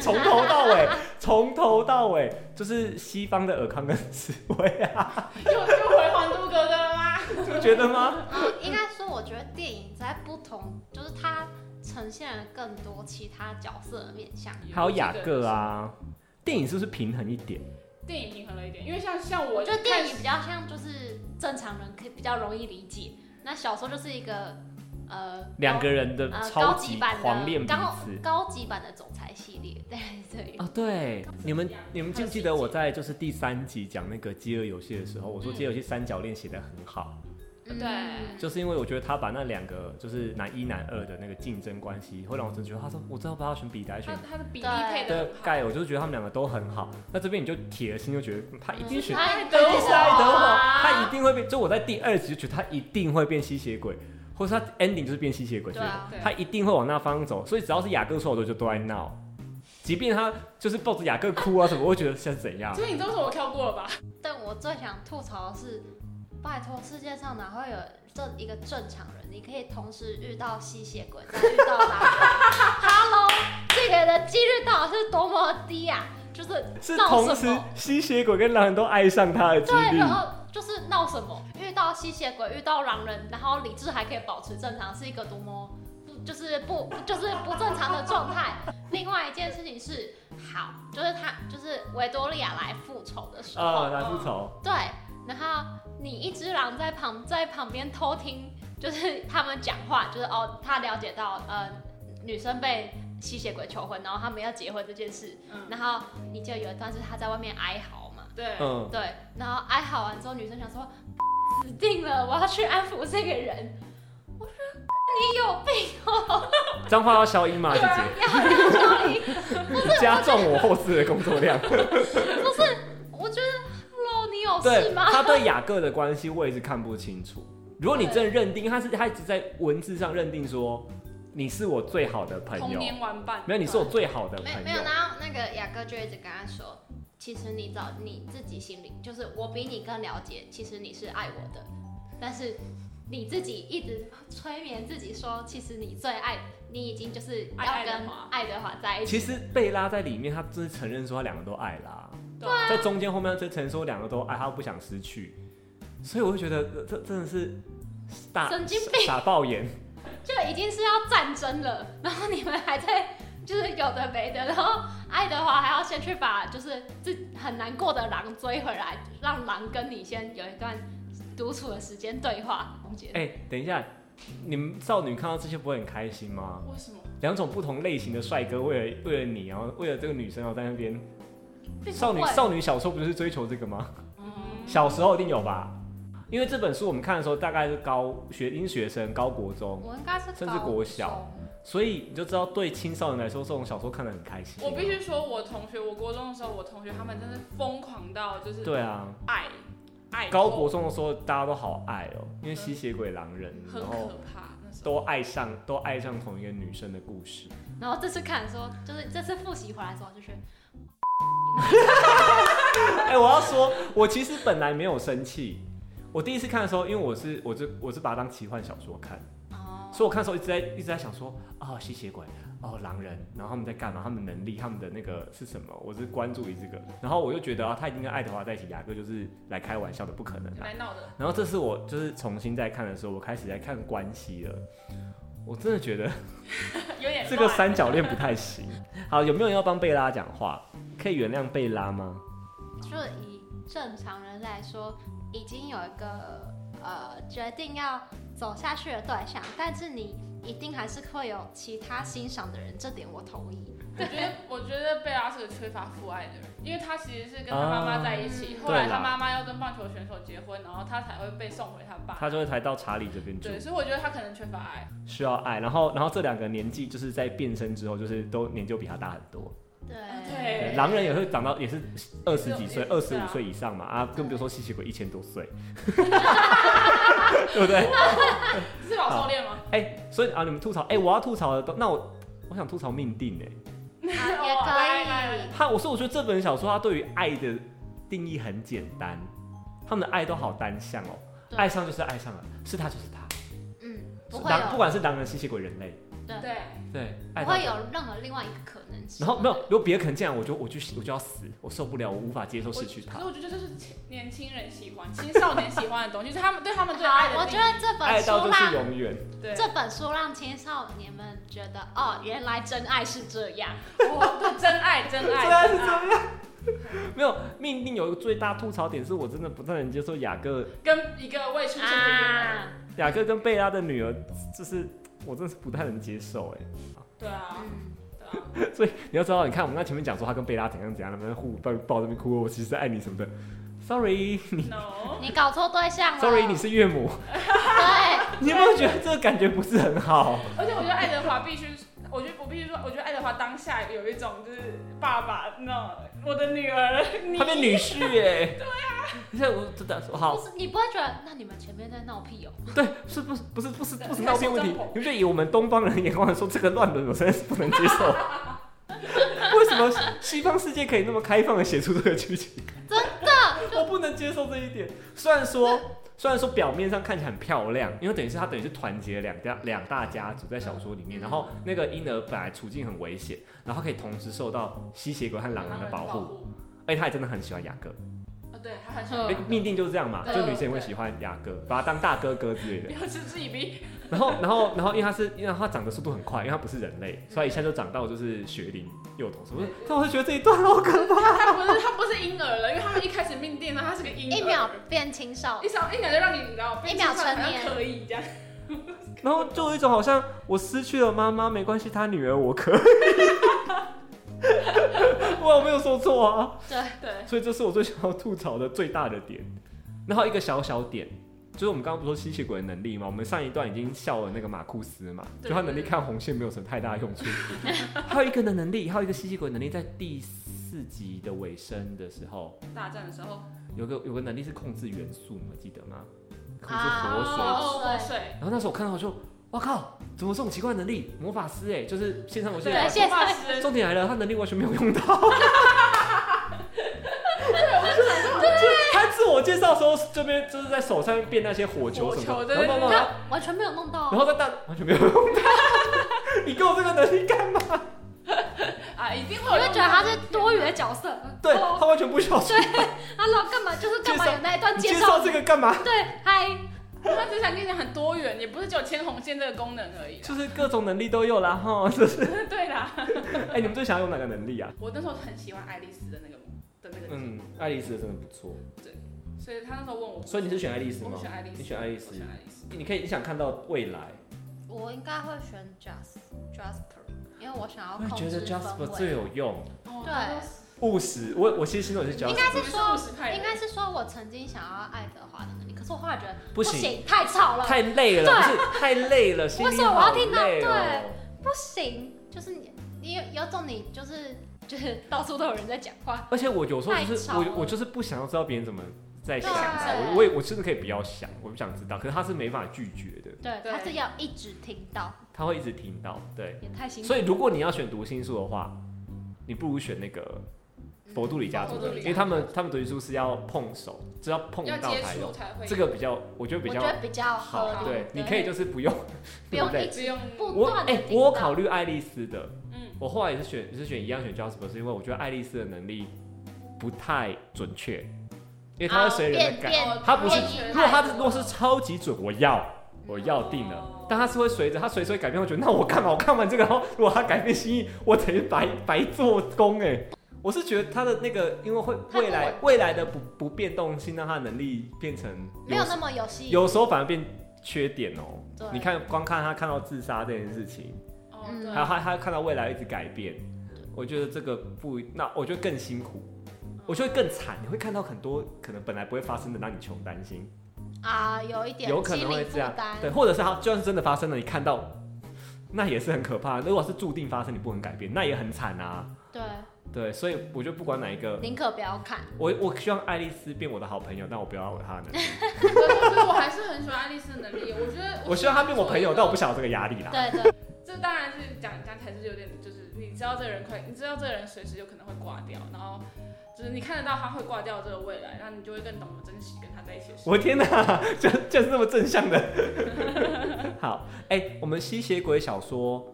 Speaker 2: 从头到尾，从头到尾就是西方的尔康跟斯威 (laughs) 啊，
Speaker 4: (laughs) 又又回还都哥哥了吗？
Speaker 2: 你不觉得吗？
Speaker 1: 嗯，应该说，我觉得电影在不同，就是它呈现了更多其他角色的面向。
Speaker 2: 还有雅各，啊，电影是不是平衡一点？
Speaker 4: 电影平衡了一点，因为像像我
Speaker 1: 我觉得电影
Speaker 4: 看
Speaker 1: 比较像就是正常人可以比较容易理解，那小说就是一个呃
Speaker 2: 两个人的
Speaker 1: 高呃
Speaker 2: 超
Speaker 1: 高
Speaker 2: 级
Speaker 1: 级版
Speaker 2: 狂恋
Speaker 1: 的
Speaker 2: 彼
Speaker 1: 高
Speaker 2: 此。
Speaker 1: 高级版的总裁系列，对对。
Speaker 2: 哦，对，你们你们记不记得
Speaker 1: 还有
Speaker 2: 我在就是第三集讲那个饥饿游戏的时候，我说
Speaker 4: 嗯
Speaker 2: 饥饿游戏三角恋写的很好，
Speaker 1: 嗯
Speaker 4: 对
Speaker 2: 就是因为我觉得他把那两个就是男一男二的那个竞争关系，会让我真的觉得他说我知道把他选彼得还是
Speaker 4: 他啊
Speaker 2: 选
Speaker 4: 他的比例
Speaker 1: 对
Speaker 4: 配
Speaker 2: 的
Speaker 4: 的
Speaker 2: 盖，我就是觉得他们两个都很好。那这边你就铁了心就觉得嗯他一定选
Speaker 1: 爱
Speaker 4: 德华
Speaker 2: 就是爱德华，他一定会变。就我在第二集就觉得他一定会变吸血鬼，或是他 ending 就是变吸血鬼，
Speaker 1: 对啊
Speaker 4: 对
Speaker 2: 他一定会往那方向走。所以只要是雅各说我的，我就都在闹。即便他就是抱着雅各哭啊什么，我会觉得像怎样？
Speaker 4: 所以你这种我跳过了吧？
Speaker 1: 但我最想吐槽的是，拜托，世界上哪会有这一个正常人？你可以同时遇到吸血鬼，再遇到狼人。Hello，这个的几率到底是多么低啊！就是
Speaker 2: 是
Speaker 1: 闹
Speaker 2: 同
Speaker 1: 什
Speaker 2: 时
Speaker 1: 么？
Speaker 2: 吸血鬼跟狼人都爱上他的几
Speaker 1: 对，
Speaker 2: 率
Speaker 1: 然。后就是闹什么？遇到吸血鬼，遇到狼人，然后理智还可以保持正常，是一个多么不就是不就是不正常的状态。另外一件事情是，好，就是他就是维多利亚来复仇的时候，
Speaker 2: 啊，来复仇。
Speaker 1: 对，然后你一只狼在旁在旁边偷听，就是他们讲话，就是哦，他了解到呃女生被吸血鬼求婚，然后他们要结婚这件事，
Speaker 4: 嗯，
Speaker 1: 然后你就有一段是他在外面哀嚎嘛，
Speaker 4: 对，
Speaker 2: 嗯，
Speaker 1: 对，然后哀嚎完之后，女生想说死定了，我要去安抚这个人，我说你有病哦，
Speaker 2: 脏话要消音嘛，姐姐，
Speaker 1: 要让小 (laughs) 林
Speaker 2: 加重我后置的工作量。
Speaker 1: 不是，我觉得 hello 你有事
Speaker 2: 对，
Speaker 1: 哦吗？
Speaker 2: 他对雅各的关系我也是看不清
Speaker 1: (laughs)
Speaker 2: 楚。如果你真的认定他是，他一直在文字上认定说你是我最好的朋
Speaker 4: 童
Speaker 2: 友，
Speaker 4: 年玩伴，
Speaker 2: 没有，你是我最好的
Speaker 1: 没
Speaker 2: 朋
Speaker 1: 没有，
Speaker 2: 友。
Speaker 1: 然后那个雅各就一直跟他说，其实你早你自己心里就是我比你更了解，其实你是爱我的，但是你自己一直催眠自己说，其实你最爱你已经就是要
Speaker 4: 爱
Speaker 1: 跟
Speaker 4: 爱德华
Speaker 1: 爱德华在一起。
Speaker 2: 其实贝拉在里面，他真是承认说他两个都爱啦，
Speaker 4: 对啊
Speaker 2: 在中间后面他承认说两个都爱，他不想失去，所以我就觉得呃这真的是大
Speaker 1: 神经
Speaker 2: 病傻爆眼。
Speaker 1: 就已经是要战争了，然后你们还在就是有的没的，然后爱德华还要先去把就是自很难过的狼追回来，让狼跟你先有一段独处的时间对话。我觉得
Speaker 2: 哎、等一下，你们少女看到这些不会很开心吗？
Speaker 4: 为什么？
Speaker 2: 两种不同类型的帅哥，为了为了你，然后为了这个女生，然后在那边。哎
Speaker 1: 并不
Speaker 2: 少女
Speaker 1: 会
Speaker 2: 少女小说不是追求这个吗？
Speaker 4: 嗯，
Speaker 2: 小时候一定有吧？因为这本书我们看的时候大概是高学英学生、高国中，
Speaker 1: 我应该是
Speaker 2: 甚至
Speaker 1: 高
Speaker 2: 国小
Speaker 1: 中
Speaker 2: 所以你就知道对青少年来说，这种小说看得很开心。
Speaker 4: 我必须说，我同学，我国中的时候，我同学他们真的疯狂到就是
Speaker 2: 对啊，
Speaker 4: 爱爱
Speaker 2: 高国中的时候大家都好爱哦、因为吸血鬼狼人，
Speaker 4: 很
Speaker 2: 然后
Speaker 4: 可怕，那时候
Speaker 2: 都爱上都爱上同一个女生的故事。
Speaker 1: 然后这次看的时候，就是这次复习回来的时候，就是
Speaker 2: (laughs) 哎、我要说，我其实本来没有生气。我第一次看的时候，因为我是我是我是把它当奇幻小说看，
Speaker 1: 哦，
Speaker 2: 所以我看的时候一直在一直在想说，哦，吸血鬼，哦，狼人，然后他们在干嘛？他们能力，他们的那个是什么？我是关注于这个，然后我就觉得啊，他已经跟爱德华在一起，雅各就是来开玩笑的，不可能啊。
Speaker 4: 来闹的。
Speaker 2: 然后这次我就是重新在看的时候，我开始在看关系了，我真的觉得
Speaker 4: 有点
Speaker 2: 这个
Speaker 4: 乱
Speaker 2: 三角恋不太行。好，有没有人要帮贝拉讲话？可以原谅贝拉吗？
Speaker 1: (laughs) 就以正常人来说，已经有一个呃决定要走下去的对象，但是你一定还是会有其他欣赏的人，这点我同意。
Speaker 4: 我觉得，我觉得贝拉是个缺乏父爱的人，因为他其实是跟他妈妈在一起，
Speaker 1: 啊
Speaker 4: 后来
Speaker 2: 嗯对啦
Speaker 4: 他妈妈要跟棒球选手结婚，然后他才会被送回他爸。
Speaker 2: 他就会才到查理这边住
Speaker 4: 对，，所以我觉得他可能缺乏
Speaker 2: (laughs)
Speaker 4: 爱。
Speaker 2: 需要爱。然后，然后这两个年纪就是在变身之后，就是都年纪都比他大很多。
Speaker 1: 对哎
Speaker 4: 对
Speaker 2: 对狼人也会长到也是二十几岁、
Speaker 4: 也
Speaker 2: 二
Speaker 4: 是
Speaker 2: 十
Speaker 4: 对
Speaker 2: 五
Speaker 4: 啊
Speaker 2: 岁以上嘛啊，更别说吸血鬼一千多
Speaker 1: (laughs)
Speaker 2: 岁，对不对？
Speaker 4: 是老少恋吗？
Speaker 2: 哎、所以啊，你们吐槽，哎、我要吐槽的都，那我我想吐槽命定哎、
Speaker 4: (laughs)
Speaker 1: 啊
Speaker 4: 哦
Speaker 1: 也
Speaker 4: 来来
Speaker 1: 可
Speaker 4: 来
Speaker 1: 以。
Speaker 2: 他我说我觉得这本小说它对于爱的定义很简单，他们的爱都好单向哦、
Speaker 1: 对
Speaker 2: 爱上就是爱上了，是他就是他，
Speaker 1: 嗯，不会
Speaker 2: 狼不
Speaker 1: 有，
Speaker 2: 管是狼人、吸血鬼、人类，
Speaker 4: 对，
Speaker 2: 对，爱
Speaker 1: 不
Speaker 2: 到
Speaker 1: 会有任何另外一个可能性。
Speaker 2: 然后没有，如果别的可能这样，我就我就我就要死，我受不了，我无法接受
Speaker 4: 我
Speaker 2: 失去
Speaker 4: 可
Speaker 2: 他
Speaker 4: 是。我觉得这是青年轻人喜欢、青少年喜欢的东西，就是他们对他们对爱的
Speaker 1: 好，
Speaker 4: 定义。
Speaker 1: 我觉得这本
Speaker 2: 爱到
Speaker 1: 书
Speaker 2: 就是
Speaker 1: 让
Speaker 2: 永远，
Speaker 4: 对，
Speaker 1: 这本书让青少年们觉得，哦，原来真爱是这 (laughs) 样。
Speaker 4: 哦对真爱，真爱，
Speaker 2: 爱是
Speaker 4: 真爱，
Speaker 2: 没有命令有一个最大吐槽点是我真的不太能接受雅各
Speaker 4: 跟一个未出生的女人。
Speaker 1: 啊，
Speaker 2: 雅各跟贝拉的女儿，就是我真的是不太能接受哎、
Speaker 4: 对啊，
Speaker 1: 嗯，
Speaker 4: 对啊，
Speaker 2: 所以你要知道，你看我们刚前面讲说他跟贝拉怎样怎样，他们互抱抱这边哭，我其实爱你什么的。Sorry，你
Speaker 4: no，
Speaker 1: 你搞错对象了。
Speaker 2: Sorry，你是岳母， (laughs)
Speaker 1: 对，
Speaker 2: 你有没有觉得这个感觉不是很好？
Speaker 4: 而且我觉得爱德华必须，我觉得我必须说，我觉得爱德华当下有一种就是爸爸那我的女儿，你
Speaker 2: 他变女婿哎、对呀、你看我真的好
Speaker 1: 不，是你不会觉得，那你们前面在闹屁哦？
Speaker 2: 对，是不是不是不是
Speaker 4: 对
Speaker 2: 不是闹变问题
Speaker 4: 你看说真，
Speaker 2: 你们就以我们东方人的眼光来说，这个乱伦我真的是不能接
Speaker 4: (laughs)
Speaker 2: 受。为什么西方世界可以那么开放的写出这个剧情？真的，我不能接受这一点。虽然说，虽然说表面上看起来很漂亮，因为等于是它等于是团结两家两大家族在小说里面，
Speaker 4: 嗯
Speaker 2: 然后那个婴儿本来处境很危险，然后可以同时受到吸血鬼和狼人的保护，
Speaker 4: 护。
Speaker 2: 而且他也真的很喜欢雅各。
Speaker 4: 啊，对，他很喜欢
Speaker 1: 嗯
Speaker 2: 哎，命定就是这样嘛，
Speaker 4: 对
Speaker 2: 就女生也会喜欢雅各，把他当大哥哥之类的
Speaker 4: 不。要嗤之以鼻。
Speaker 2: 然后，然后，然后，因为他是，因为他长得速度很快，因为他不是人类，所以一下就长到就是学龄幼童什么的。但我就觉得这一段好可怕。
Speaker 4: 他不是他不是婴儿了，因为他们一开始命定了他是个婴儿，
Speaker 1: 一秒变青少
Speaker 4: 一，秒一秒就让你你知道，
Speaker 1: 一秒成年
Speaker 4: 好像可以这样。
Speaker 2: 然后就有一种好像我失去了妈妈，没关系，她女儿我可以。 (laughs) 哇，我没有说错啊。
Speaker 1: 对，
Speaker 4: 对，
Speaker 2: 所以这是我最想要吐槽的最大的点。然后一个小小点，就是我们刚刚不是说吸血鬼的能力吗？我们上一段已经笑了那个马库斯嘛，就
Speaker 4: 对
Speaker 2: 他能力看红线没有什么太大用处。 (laughs) 还有一个的能力，还有一个吸血鬼的能力，在第四集的尾声的时候，
Speaker 4: 大战的时候，
Speaker 2: 有个有个能力是控制元素，你们记得吗？控制
Speaker 1: 啊
Speaker 2: 火水。
Speaker 4: 哦火水，
Speaker 2: 然后那时候我看到我就，哇靠，怎么这种奇怪的能力？魔法师哎、就是线上游戏
Speaker 1: 对现在
Speaker 4: 魔法师
Speaker 2: 重点来了，他能力完全没有用到。他自我介绍的时候，这边就是在手上面变那些火球什么
Speaker 4: 火球
Speaker 2: 的，然
Speaker 4: 对
Speaker 2: 后慢慢慢慢，
Speaker 1: 他完全没有弄到哦
Speaker 2: 然后再大完全没有用到。 (laughs) 你给我这个能力干嘛？
Speaker 4: 啊，一定会
Speaker 1: 我
Speaker 4: 有
Speaker 1: 就
Speaker 4: 人
Speaker 1: 觉得他是多余的角色，
Speaker 2: 对
Speaker 1: 哦 (laughs)
Speaker 2: 他完全不想说，
Speaker 1: 他老干嘛就是干嘛有那一段
Speaker 2: 你介
Speaker 1: 介
Speaker 2: 绍
Speaker 1: 绍，
Speaker 2: 这个干嘛？
Speaker 1: 对，嗨，
Speaker 4: 他只想跟你讲很多元，也不是只有牵红线这个功能而已啦。
Speaker 2: 就是各种能力都有啦哈。 (laughs) 就是，
Speaker 4: 对啦，
Speaker 2: 哎，你们最想要用哪个能力啊？
Speaker 4: 我那时候很喜欢爱丽丝的那个的那个，
Speaker 2: 嗯，爱丽丝真的不错，
Speaker 4: 所以他那时候问我，
Speaker 2: 所以你是选爱丽丝
Speaker 4: 我
Speaker 2: 吗？
Speaker 4: 选爱丽丝，
Speaker 2: 你选爱丽丝
Speaker 4: 我选爱丽丝。
Speaker 2: 你可以你想看到未来。
Speaker 1: 我应该会选 Jas Jasper，因为我想要
Speaker 2: 我也
Speaker 1: 控
Speaker 2: 觉得
Speaker 1: 制
Speaker 2: Jasper
Speaker 1: 氛
Speaker 2: 最
Speaker 1: 围。
Speaker 2: 有用，
Speaker 4: 哦
Speaker 1: 对
Speaker 4: 那时候
Speaker 2: 务实。我我其实心中也是
Speaker 4: 应
Speaker 1: 应
Speaker 2: Jasper，
Speaker 1: 该是说
Speaker 4: 我是务实派，的
Speaker 1: 应该是说我曾经想要爱德华的能力，可是我后来觉得
Speaker 2: 不行
Speaker 1: 行，太吵了，
Speaker 2: 太累了，不是太累了，心
Speaker 1: 为
Speaker 2: 里
Speaker 1: 什么我要
Speaker 2: 好
Speaker 1: 听到
Speaker 2: 累哦。
Speaker 1: 对不行，就是你你有有种你就是就是到处都有人在讲话，
Speaker 2: 而且我有时候就
Speaker 1: 太
Speaker 2: 是
Speaker 1: 吵了
Speaker 2: 我我就是不想要知道别人怎么在想啊，
Speaker 1: 对
Speaker 2: 我我也我真的可以不要想，我不想知道。可是他是没法拒绝的，
Speaker 1: 对，
Speaker 4: 对
Speaker 1: 他是要一直听到，
Speaker 2: 他会一直听到。对，
Speaker 1: 也太辛苦
Speaker 2: 所。以如果你要选读心术的话，你不如选那个佛度里家族
Speaker 4: 佛
Speaker 2: 的，
Speaker 4: 度里
Speaker 2: 因为他们他们读心术是要碰手，就要碰
Speaker 4: 要
Speaker 2: 到
Speaker 4: 接
Speaker 2: 才
Speaker 4: 触
Speaker 2: 有。
Speaker 4: 才会
Speaker 2: 哦这个比较，我觉得
Speaker 1: 我
Speaker 2: 比较
Speaker 1: 觉得比较合
Speaker 2: 好。
Speaker 1: 理，
Speaker 2: 对，你可以就是不用，
Speaker 1: 不用
Speaker 2: 对
Speaker 1: 一
Speaker 2: 对
Speaker 4: 不
Speaker 1: 直
Speaker 4: 用
Speaker 1: 不
Speaker 2: 我
Speaker 1: 断
Speaker 2: 哎、
Speaker 1: 的。
Speaker 2: 我有考虑爱丽丝的，
Speaker 4: 嗯
Speaker 2: 我后来也是选，也是选一样选 Jasper，是因为我觉得爱丽丝的能力不太准确，因为她是随人的
Speaker 1: 变
Speaker 2: 改。
Speaker 1: 啊变
Speaker 2: 他不是
Speaker 1: 变
Speaker 2: 如
Speaker 1: 异
Speaker 2: 果
Speaker 1: 态
Speaker 2: 她如果是超级准，我要我要定了
Speaker 4: 哦。
Speaker 2: 但她是会随着她随时会改变，我觉得那我干嘛？我看完这个， (laughs) 然后如果她改变心意，我等于白白做工哎、我是觉得她的那个，因为会
Speaker 1: 太
Speaker 2: 未来未来的不不变动性，让她的能力变成
Speaker 1: 没有那么有吸引力。
Speaker 2: 有时候反而变缺点哦、
Speaker 1: 对
Speaker 2: 你看，光看她看到自杀这件事情，
Speaker 4: 哦
Speaker 1: 嗯
Speaker 4: 对
Speaker 2: 还有他他看到未来一直改变，我觉得这个不，那我觉得更辛苦，我觉得更惨，你会看到很多可能本来不会发生的，让你穷担心，
Speaker 1: 啊，有一点
Speaker 2: 有可能会这样
Speaker 1: 心理负担，
Speaker 2: 对，或者是他就算是真的发生了，你看到那也是很可怕，如果是注定发生，你不能改变，那也很惨啊，
Speaker 1: 对，
Speaker 2: 对，所以我觉得不管哪一个，
Speaker 1: 宁可不要看。
Speaker 2: 我我希望爱丽丝变我的好朋友，但我不要有她的能力，
Speaker 4: 可是我还是很喜欢爱丽丝的能力，我觉得
Speaker 2: 我希望她变我朋友，但我不
Speaker 4: 想。
Speaker 2: 想有这个压力啦。
Speaker 1: 对对，
Speaker 4: 这这当然是讲讲起来是有点，就是你知道这个人快，你知道这个人随时有可能会挂掉，然后就是你看得到他会挂掉这个未来，然后你就会更懂得珍惜跟他在一起的时
Speaker 2: 我
Speaker 4: 间。
Speaker 2: 的天哪，就就是那么正向的。 (laughs) 好，哎、我们吸血鬼小说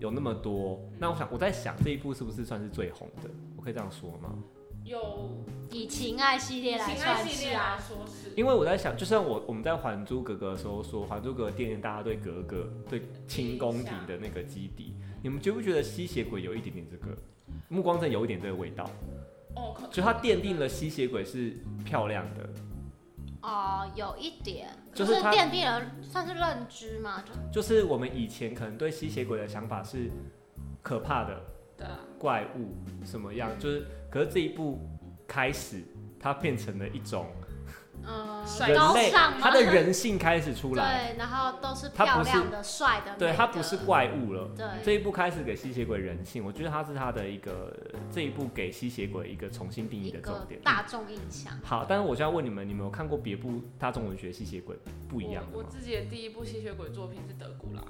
Speaker 2: 有那么多，那我想我在想这一部是不是算是最红的？我可以这样说吗？
Speaker 4: 有
Speaker 1: 以情爱系列来
Speaker 4: 情爱
Speaker 1: 算
Speaker 4: 系
Speaker 1: 是
Speaker 4: 列来
Speaker 1: 啊，
Speaker 4: 说是，
Speaker 2: 因为我在想，就像我我们在《还珠格格》的时候说，《还珠格格》奠定大家对格格对清宫廷的那个基底，你们觉不觉得吸血鬼有一点点这个？暮光镇有一点这个味道，
Speaker 4: 哦，可
Speaker 2: 就它奠定了吸血鬼是漂亮的，
Speaker 1: 哦，有一点，
Speaker 2: 就
Speaker 1: 就是是
Speaker 2: 他
Speaker 1: 奠定了算是认知嘛，就
Speaker 2: 就是我们以前可能对吸血鬼的想法是可怕的，
Speaker 4: 对啊
Speaker 2: 怪物什么样，就是可是这一部开始，它变成了一种
Speaker 1: 嗯
Speaker 4: 帅
Speaker 2: 人
Speaker 4: 高
Speaker 2: 类，
Speaker 1: 尚
Speaker 2: 它
Speaker 1: 嘛，
Speaker 2: 的人性开始出来，
Speaker 1: 对，然后都是
Speaker 2: 他
Speaker 1: 漂
Speaker 2: 不是
Speaker 1: 亮的、帅的，
Speaker 2: 对，
Speaker 1: 美
Speaker 2: 它
Speaker 1: 的
Speaker 2: 不是怪物了。这
Speaker 1: 对，
Speaker 2: 一部开始给吸血鬼人性，我觉得它是它的一个这一部给吸血鬼一个重新定义
Speaker 1: 一
Speaker 2: 的重
Speaker 1: 个
Speaker 2: 点。
Speaker 1: 大众印象。
Speaker 2: 好，但是我就要问你们，你们有看过别部大众文学吸血鬼不一样的
Speaker 4: 我。我
Speaker 2: 吗？
Speaker 4: 自己的第一部吸血鬼作品是德古拉，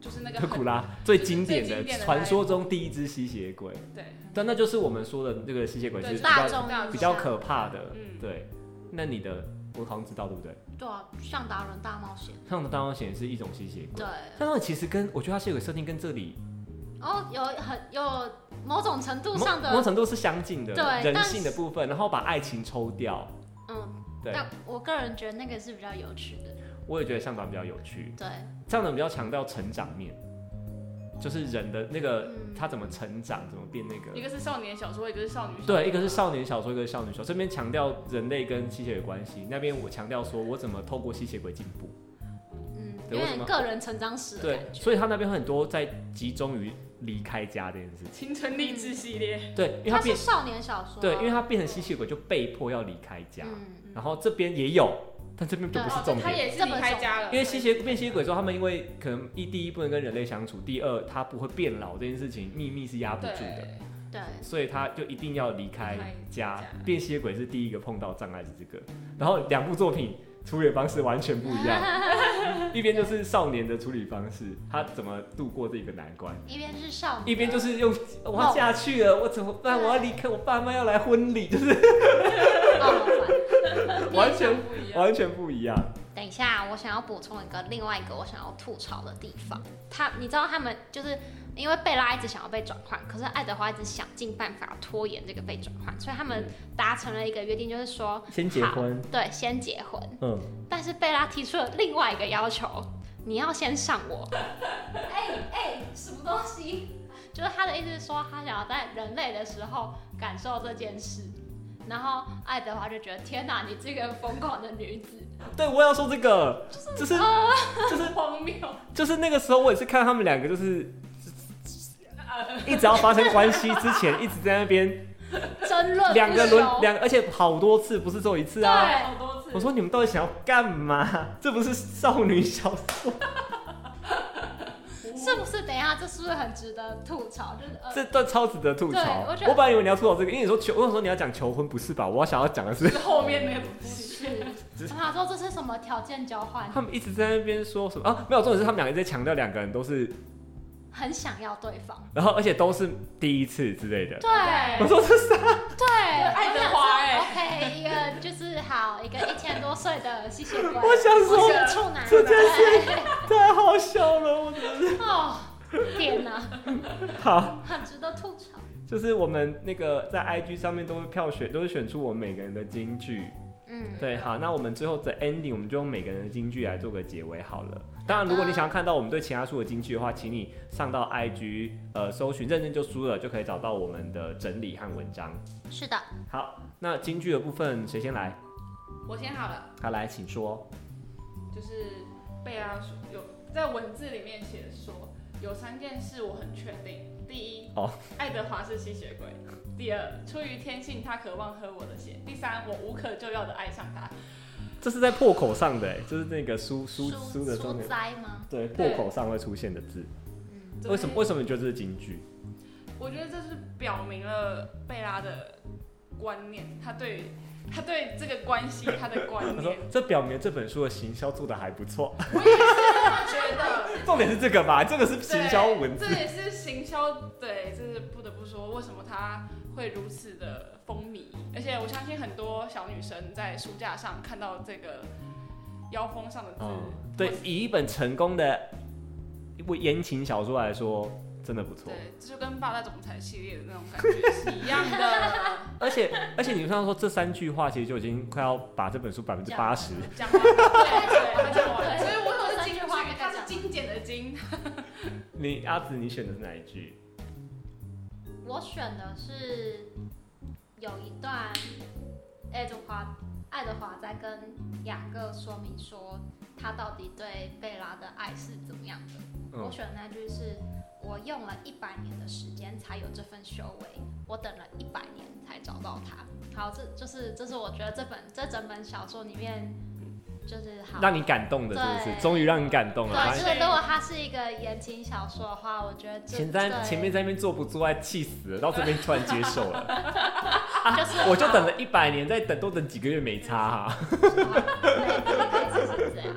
Speaker 4: 就是那个
Speaker 2: 特 (laughs)
Speaker 4: 很
Speaker 2: 古拉最经典
Speaker 4: 最
Speaker 2: 的
Speaker 4: 经典的
Speaker 2: 传说中第一只吸血鬼，
Speaker 4: 对
Speaker 2: 但那就是我们说的这个吸血鬼是
Speaker 4: 对
Speaker 2: 比
Speaker 1: 大
Speaker 2: 较
Speaker 1: 众印象
Speaker 2: 比较可怕的，
Speaker 4: 嗯
Speaker 2: 对。那你的我好像知道对不对？
Speaker 1: 对啊，像达人大冒险，
Speaker 2: 上的大冒险是一种吸血鬼，
Speaker 1: 对，
Speaker 2: 但它其实跟我觉得它吸血鬼设定跟这里
Speaker 1: 然后哦有很有某种程度上
Speaker 2: 某某
Speaker 1: 的，
Speaker 2: 程度是相近的，
Speaker 1: 对
Speaker 2: 人
Speaker 1: 但
Speaker 2: 性的部分，然后把爱情抽掉，
Speaker 1: 嗯，
Speaker 2: 对，
Speaker 1: 但我个人觉得那个是比较有趣的，
Speaker 2: 我也觉得上岛比较有趣，
Speaker 1: 对，
Speaker 2: 上岛比较强调成长面，就是人的那个
Speaker 1: 嗯
Speaker 2: 他怎么成长，怎么变那
Speaker 4: 一
Speaker 2: 个。
Speaker 4: 个是少年小说，一个是少女小说，
Speaker 2: 对，一个是少年小说，一个是少女小说。这边强调人类跟吸血鬼关系，那边我强调说我怎么透过吸血鬼进步。
Speaker 1: 嗯，
Speaker 2: 对
Speaker 1: 有
Speaker 2: 为什么
Speaker 1: 点个人成长史的
Speaker 2: 对
Speaker 1: 感，觉。
Speaker 2: 所以他那边很多在集中于离开家这件事情。
Speaker 4: 青春励志系列，
Speaker 2: 对，因为
Speaker 1: 它
Speaker 2: 他
Speaker 1: 嗯是
Speaker 2: 变
Speaker 1: 少年小说啊，
Speaker 2: 对，因为他变成吸血鬼就被迫要离开家。
Speaker 1: 嗯，
Speaker 2: 然后这边也有，但这边就不是
Speaker 4: 哦，
Speaker 2: 重
Speaker 4: 他
Speaker 2: 点。
Speaker 4: 也是离开家了，
Speaker 2: 因为吸血变吸血鬼之后，他们因为可能一第一不能跟人类相处，第二他不会变老这件事情，秘密是压不住的，
Speaker 4: 对
Speaker 1: 对，
Speaker 2: 所以他就一定要离开
Speaker 4: 离开
Speaker 2: 家
Speaker 4: 家。
Speaker 2: 变吸血鬼是第一个碰到障碍是这个，然后两部作品处理的方式完全不一样，一边就是少年的处理方式，他怎么度过这个难关，
Speaker 1: 一边是少女，
Speaker 2: 一边就是用我要嫁去了，我怎么办？我要离开，我爸妈要来婚礼，就是
Speaker 1: 哦，
Speaker 2: 完全
Speaker 4: 不一样。
Speaker 2: 完全不一样。
Speaker 1: 等一下，我想要补充一个另外一个我想要吐槽的地方。他，你知道他们就是因为贝拉一直想要被转换，可是爱德华一直想尽办法拖延这个被转换，所以他们达成了一个约定，就是说
Speaker 2: 先结婚，
Speaker 1: 好对，先结婚。
Speaker 2: 嗯，
Speaker 1: 但是贝拉提出了另外一个要求，你要先上
Speaker 2: (laughs)
Speaker 1: 我。哎哎、什么东西？就是他的意思是说，他想要在人类的时候感受这件事。然后爱德华就觉得，天哪，你这个疯狂的女子，
Speaker 2: 对，我也要说这个，就是
Speaker 1: 啊 (laughs)
Speaker 2: 就是
Speaker 4: 荒谬，
Speaker 2: 就是那个时候，我也是看他们两个，就是
Speaker 1: 呃
Speaker 2: 一直要发生关系之前，一直在那
Speaker 1: (laughs)
Speaker 2: 边
Speaker 1: 争论
Speaker 2: 两个轮
Speaker 1: 不休
Speaker 2: 两，而且好多次，不是只有一次啊。
Speaker 1: 哦对
Speaker 4: 好多次。
Speaker 2: 我说你们到底想要干嘛？ (laughs) 这不是少女小说，
Speaker 1: 是不是？等一下，这是不是很值得吐槽？就是呃，
Speaker 2: 这段超值得吐槽
Speaker 1: 对我觉。得
Speaker 2: 我本来以为你要吐槽这个，因为你说求，我想说你要讲求婚，不是吧？我想要讲的是， (laughs)
Speaker 4: 是后面那个不是，
Speaker 1: 是，我想呃说这是什么条件交换？
Speaker 2: 他们一直在那边说什么啊？没有，重点是他们两个一直在强调两个人都是，
Speaker 1: 很想要对方，
Speaker 2: 然后而且都是第一次之类的。
Speaker 1: 对
Speaker 2: 我说这是 (laughs)
Speaker 1: 对，
Speaker 4: 爱德华哎
Speaker 1: 我想说 OK，一个就是好一个一千多岁的吸血鬼，
Speaker 2: 我想说
Speaker 1: 不是处男，
Speaker 2: 这真
Speaker 1: 对
Speaker 2: 太好笑了，我真的 (laughs) 是
Speaker 1: 哦，天哪，
Speaker 2: 好。
Speaker 1: 很值得吐槽。
Speaker 2: 就是我们那个在 IG 上面都会票选，都会选出我们每个人的金句。
Speaker 1: 嗯，
Speaker 2: 对，好，那我们最后的 ending 我们就用每个人的金句来做个结尾好了。当然，如果你想要看到我们对其他书的金句的话，请你上到 IG 呃搜寻“认真就输了”，就可以找到我们的整理和文章。
Speaker 1: 是的，
Speaker 2: 好，那金句的部分谁先来？
Speaker 4: 我先好了，
Speaker 2: 好，来，请说。
Speaker 4: 就是贝拉说有在文字里面写说有三件事我很确定，第一，
Speaker 2: 哦
Speaker 4: 爱德华是吸血鬼；第二，出于天性他渴望喝我的血；第三，我无可救药的爱上他。
Speaker 2: 这是在破口上的、欸，就是那个书书书的中
Speaker 1: 书
Speaker 2: 间，
Speaker 1: 斋吗？
Speaker 2: 对，破口上会出现的字。
Speaker 4: 这
Speaker 2: 为什么？
Speaker 4: 边
Speaker 2: 为什么你觉得这是金句？
Speaker 4: 我觉得这是表明了贝拉的观念，他对于他对这个关系他的观
Speaker 2: 他说 (laughs)
Speaker 4: 念。
Speaker 2: 这表明这本书的行销做的还不错。 (laughs)
Speaker 4: 我也是觉得。
Speaker 2: 重点是这个吧，这个是
Speaker 4: 对
Speaker 2: 行销文字
Speaker 4: 这。也是行销，对，这是不得不说，为什么它会如此的风靡？而且我相信很多小女生在书架上看到这个腰封上的字，
Speaker 2: 嗯，对，以一本成功的为言情小说来说，真的不错。
Speaker 4: 对，这就跟霸道总裁系列的那种感觉是一样的。
Speaker 2: 而且而且，你刚刚说这三句话，其实就已经快要把这本书百分之八十
Speaker 4: 讲完，对对，他讲
Speaker 1: 对
Speaker 4: 完，所以我有是金句
Speaker 1: 这句话就，该
Speaker 4: 它
Speaker 1: 讲
Speaker 4: 是精简的精，
Speaker 2: 你阿紫，你选的是哪一句？
Speaker 1: 我选的是有一段哎爱德华爱德华在跟雅各说明说他到底对贝拉的爱是怎么样的。我
Speaker 2: 嗯，
Speaker 1: 选的那句是我用了一百年的时间才有这份修为，我等了一百年才找到他。好，这就是这是我觉得这本这整本小说里面就是好
Speaker 2: 让你感动的，是不是？
Speaker 1: 对
Speaker 2: 终于让你感动了。
Speaker 1: 对，
Speaker 2: 反
Speaker 1: 就
Speaker 2: 正
Speaker 1: 是如果它是一个言情小说的话，我觉得这
Speaker 2: 前在
Speaker 1: 对
Speaker 2: 前面在那边做不做爱，气死了，到这边突然接受了，
Speaker 1: 就是
Speaker 2: 啊我就等了一百年，再等多等几个月没差哈、
Speaker 1: 对，这样。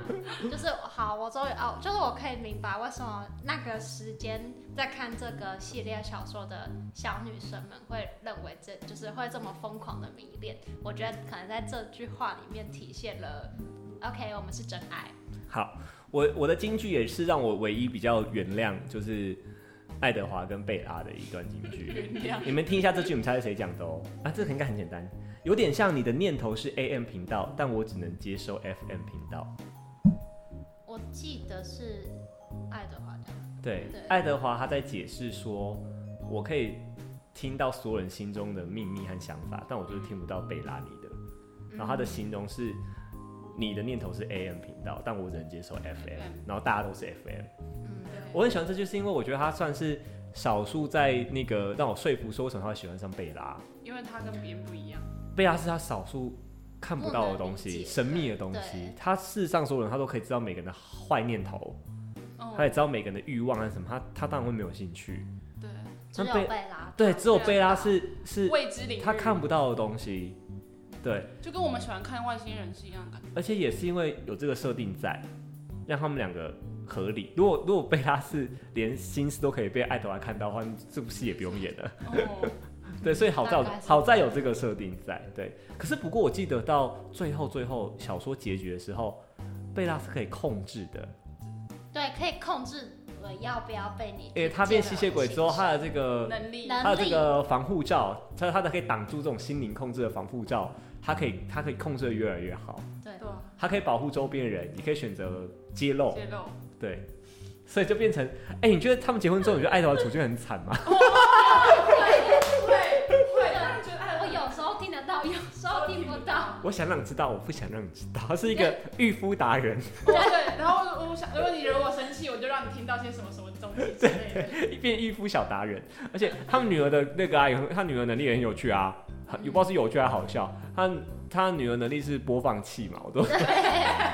Speaker 1: 就是好，我终于哦，就是我可以明白为什么那个时间在看这个系列小说的小女生们会认为这就是会这么疯狂的迷恋。我觉得可能在这句话里面体现了，OK，我们是真爱。
Speaker 2: 好，我我的金句也是让我唯一比较原谅，就是爱德华跟贝拉的一段金句。
Speaker 4: 原谅。
Speaker 2: 你们听一下这句，你们猜是谁讲的哦？啊，这个应该很简单，有点像你的念头是 AM 频道，但我只能接收 FM 频道。
Speaker 1: 我记得是呃爱德华讲的，
Speaker 2: 对，
Speaker 1: 对
Speaker 2: 爱德华他在解释说，我可以听到所有人心中的秘密和想法，但我就是听不到贝拉尼的。
Speaker 4: 嗯
Speaker 2: 然后他的形容是，你的念头是 AM 频道，但我只能接受 FM，
Speaker 4: FM
Speaker 2: 然后大家都是 FM。
Speaker 1: 嗯，
Speaker 2: 我很喜欢这句，是因为我觉得他算是少数在那个让我说服说为什么他会喜欢上贝拉。
Speaker 4: 因为它跟别人不一样，
Speaker 2: 贝拉是他少数看不到的东
Speaker 1: 不能
Speaker 2: 西，
Speaker 1: 理解
Speaker 2: 神秘的东西
Speaker 1: 对。哦
Speaker 2: 他世上所有人，他都可以知道每个人的坏念头，
Speaker 4: 嗯
Speaker 2: 他，也知道每个人的欲望啊什么。他他当然会没有兴趣。
Speaker 4: 对，
Speaker 1: 只有
Speaker 2: 那贝
Speaker 1: 贝拉，
Speaker 2: 对，只有
Speaker 4: 对啊
Speaker 2: 贝拉是是
Speaker 4: 未知领域，
Speaker 2: 他看不到的东西。对，
Speaker 4: 就跟我们喜欢看外星人是一样的感觉。
Speaker 2: 而且也是因为有这个设定在，让他们两个合理。如果如果贝拉是连心思都可以被爱德华看到的话，这部戏也不用演了。
Speaker 4: 哦，
Speaker 2: 对，所以好在有
Speaker 1: 大概是
Speaker 2: 好在有这个设定在。对，可是不过我记得到最后最后小说结局的时候，贝拉是可以控制的，
Speaker 1: 对，可以控制我要不要被你。
Speaker 2: 因为他变吸血鬼之后，他的这个
Speaker 4: 能力，
Speaker 1: 能
Speaker 2: 他的这个防护罩，他他的可以挡住这种心灵控制的防护罩，他可以他可以控制的越来越好，
Speaker 1: 对
Speaker 4: 对啊，
Speaker 2: 他可以保护周边的人，也可以选择揭露，
Speaker 4: 揭露。
Speaker 2: 对。所以就变成，哎、你觉得他们结婚之后，你觉得爱德华处境很惨吗？
Speaker 4: 会会，但是觉得哎，
Speaker 1: 我有时候听得到，有时候听不到。
Speaker 2: 我想让你知道，我不想让你知道，他是一
Speaker 1: (laughs)
Speaker 2: 个御夫达人，
Speaker 4: 对，然后我想，如果你惹我生气，我就让你听到些什么什么东西之类的。
Speaker 2: 变御夫小达人，而且他们女儿的那个啊，有他女儿能力也很有趣啊，很也不知道是有趣还是好笑。他他女儿能力是播放器嘛，我都，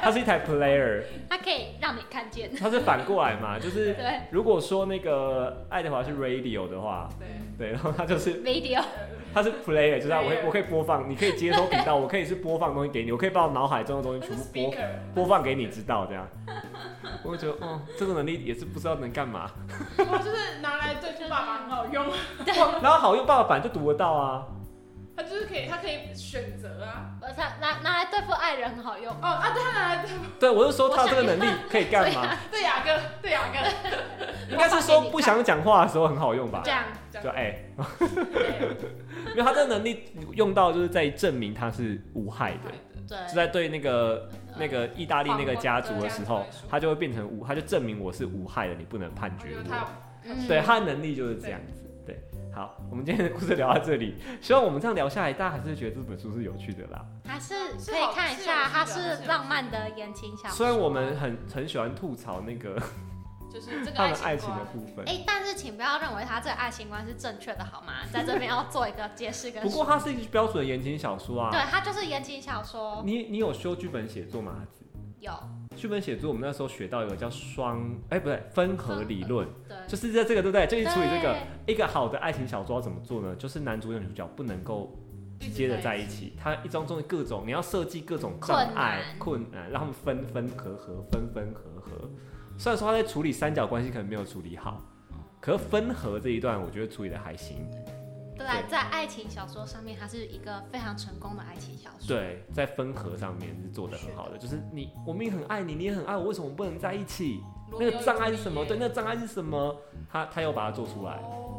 Speaker 2: 他是一台 player，
Speaker 1: 它可以让你看见。
Speaker 2: 他是反过来嘛，就是
Speaker 1: 对
Speaker 2: 如果说那个爱德华是 radio 的话，
Speaker 4: 对，
Speaker 2: 对，然后他就是
Speaker 1: ，video
Speaker 2: 他是 player，就是他我可以我可以
Speaker 4: Player
Speaker 2: 播放，你可以接收频道，我可以是播放东西给你，我可以把我脑海中的东西
Speaker 4: 它
Speaker 2: 全
Speaker 4: 是
Speaker 2: 部播
Speaker 4: speaker，
Speaker 2: 播放给你知道这样。 (laughs) 我就觉得，哦，这个能力也是不知道能干嘛。 (laughs)
Speaker 4: 我就是拿来对付爸爸很好用，
Speaker 2: 然后好用爸爸版就读得到啊。
Speaker 4: 它就是可以，它可以选择啊。
Speaker 1: 我操，拿拿来对付爱人很好用。
Speaker 4: 哦啊，对，他拿来对付
Speaker 2: 对，我就说他有这个能力可以干嘛？
Speaker 4: 对雅哥，对雅哥，
Speaker 2: 应该是说不想讲话的时候很好用吧
Speaker 1: 这？样，
Speaker 4: 这
Speaker 2: 就
Speaker 4: 样
Speaker 2: 哎， (laughs)
Speaker 4: 对
Speaker 2: 因为他这个能力用到就是在证明他是无害的，
Speaker 1: 对，
Speaker 2: 就在对啊那个
Speaker 1: 呃
Speaker 2: 那个意大利那个家族的时候
Speaker 4: 家族来说，
Speaker 2: 他就会变成无，他就证明我是无害的，你不能判
Speaker 4: 我
Speaker 2: 决
Speaker 4: 觉得
Speaker 2: 我。
Speaker 4: 他
Speaker 1: 嗯
Speaker 2: 对，啊他的能力就是这样子。对，好，我们今天的故事聊到这里， (laughs) 希望我们这样聊下来，大家还是觉得这本书是有趣的啦。
Speaker 1: 还是可以看一下，它是浪漫的言情小
Speaker 2: 虽
Speaker 1: 说。
Speaker 2: 然我们很很喜欢吐槽那个
Speaker 4: 就是这个
Speaker 2: 他们爱
Speaker 4: 爱
Speaker 2: 情
Speaker 4: 情
Speaker 2: 的
Speaker 4: 观。
Speaker 2: 部分，
Speaker 1: 哎，但是请不要认为他这个爱情观是正确的，好吗？在这边要做一个解释跟
Speaker 2: 不过它是一标准的言情小说啊。
Speaker 1: 对，它就是言情小说。
Speaker 2: 你你有修剧本写作吗？阿紫
Speaker 1: 有，
Speaker 2: 剧本写作，我们那时候学到一个叫双，哎、不对，分合理论，
Speaker 1: 对，
Speaker 2: 就是在这个对不对？就是处理这个
Speaker 1: 对
Speaker 2: 一个好的爱情小说要怎么做呢？就是男主跟女主角不能够直接的在一起，他一中中的各种，你要设计各种障碍、困难，让他们分分合合，分分合合。虽然说他在处理三角关系可能没有处理好，可是分合这一段我觉得处理的还行。
Speaker 1: 对啊，在爱情小说上面，它是一个非常成功的爱情小说。
Speaker 2: 对，在分合上面是做的很好的，就是你我明明很爱你，你也很爱我，为什么我们不能在一起？
Speaker 4: 罗密
Speaker 2: 那
Speaker 4: 欧
Speaker 2: 个障碍是什么？
Speaker 4: 与朱
Speaker 2: 对，
Speaker 4: 丽
Speaker 2: 那个障碍是什么？他他又把它做出来，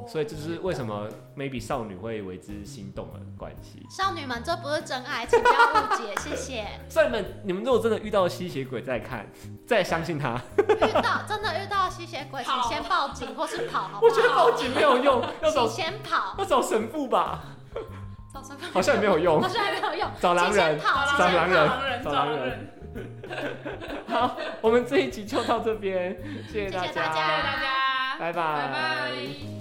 Speaker 4: 叶，
Speaker 2: 所以这就是为什么 maybe 少女会为之心动的关系。
Speaker 1: 少女们，这不是真爱，请不要误解，谢谢。
Speaker 2: 所以你们你们如果真的遇到吸血鬼再看，再相信 (laughs) 他，
Speaker 1: 遇到真的遇到吸血鬼，请
Speaker 4: 跑
Speaker 1: 先报警或是跑，好不
Speaker 2: 我觉得
Speaker 1: 好？
Speaker 2: 报警没有用，要
Speaker 1: 请
Speaker 2: 找
Speaker 1: 先跑，
Speaker 2: 要找神父吧，
Speaker 1: 早上
Speaker 2: 好像也没有用
Speaker 1: 好。像没有用，
Speaker 2: 找狼
Speaker 1: 请先
Speaker 2: 人
Speaker 1: 跑，请
Speaker 2: 找
Speaker 1: 先
Speaker 2: 狼
Speaker 1: 跑
Speaker 2: 人
Speaker 4: 人，
Speaker 2: 找
Speaker 4: 找
Speaker 2: 狼
Speaker 4: 狼
Speaker 2: 人
Speaker 4: 人。
Speaker 2: 好，我们这一集就到这边，谢谢
Speaker 1: 谢
Speaker 2: 大
Speaker 1: 谢大
Speaker 4: 谢谢
Speaker 1: 家
Speaker 4: 大家，
Speaker 2: 拜拜
Speaker 4: 拜拜。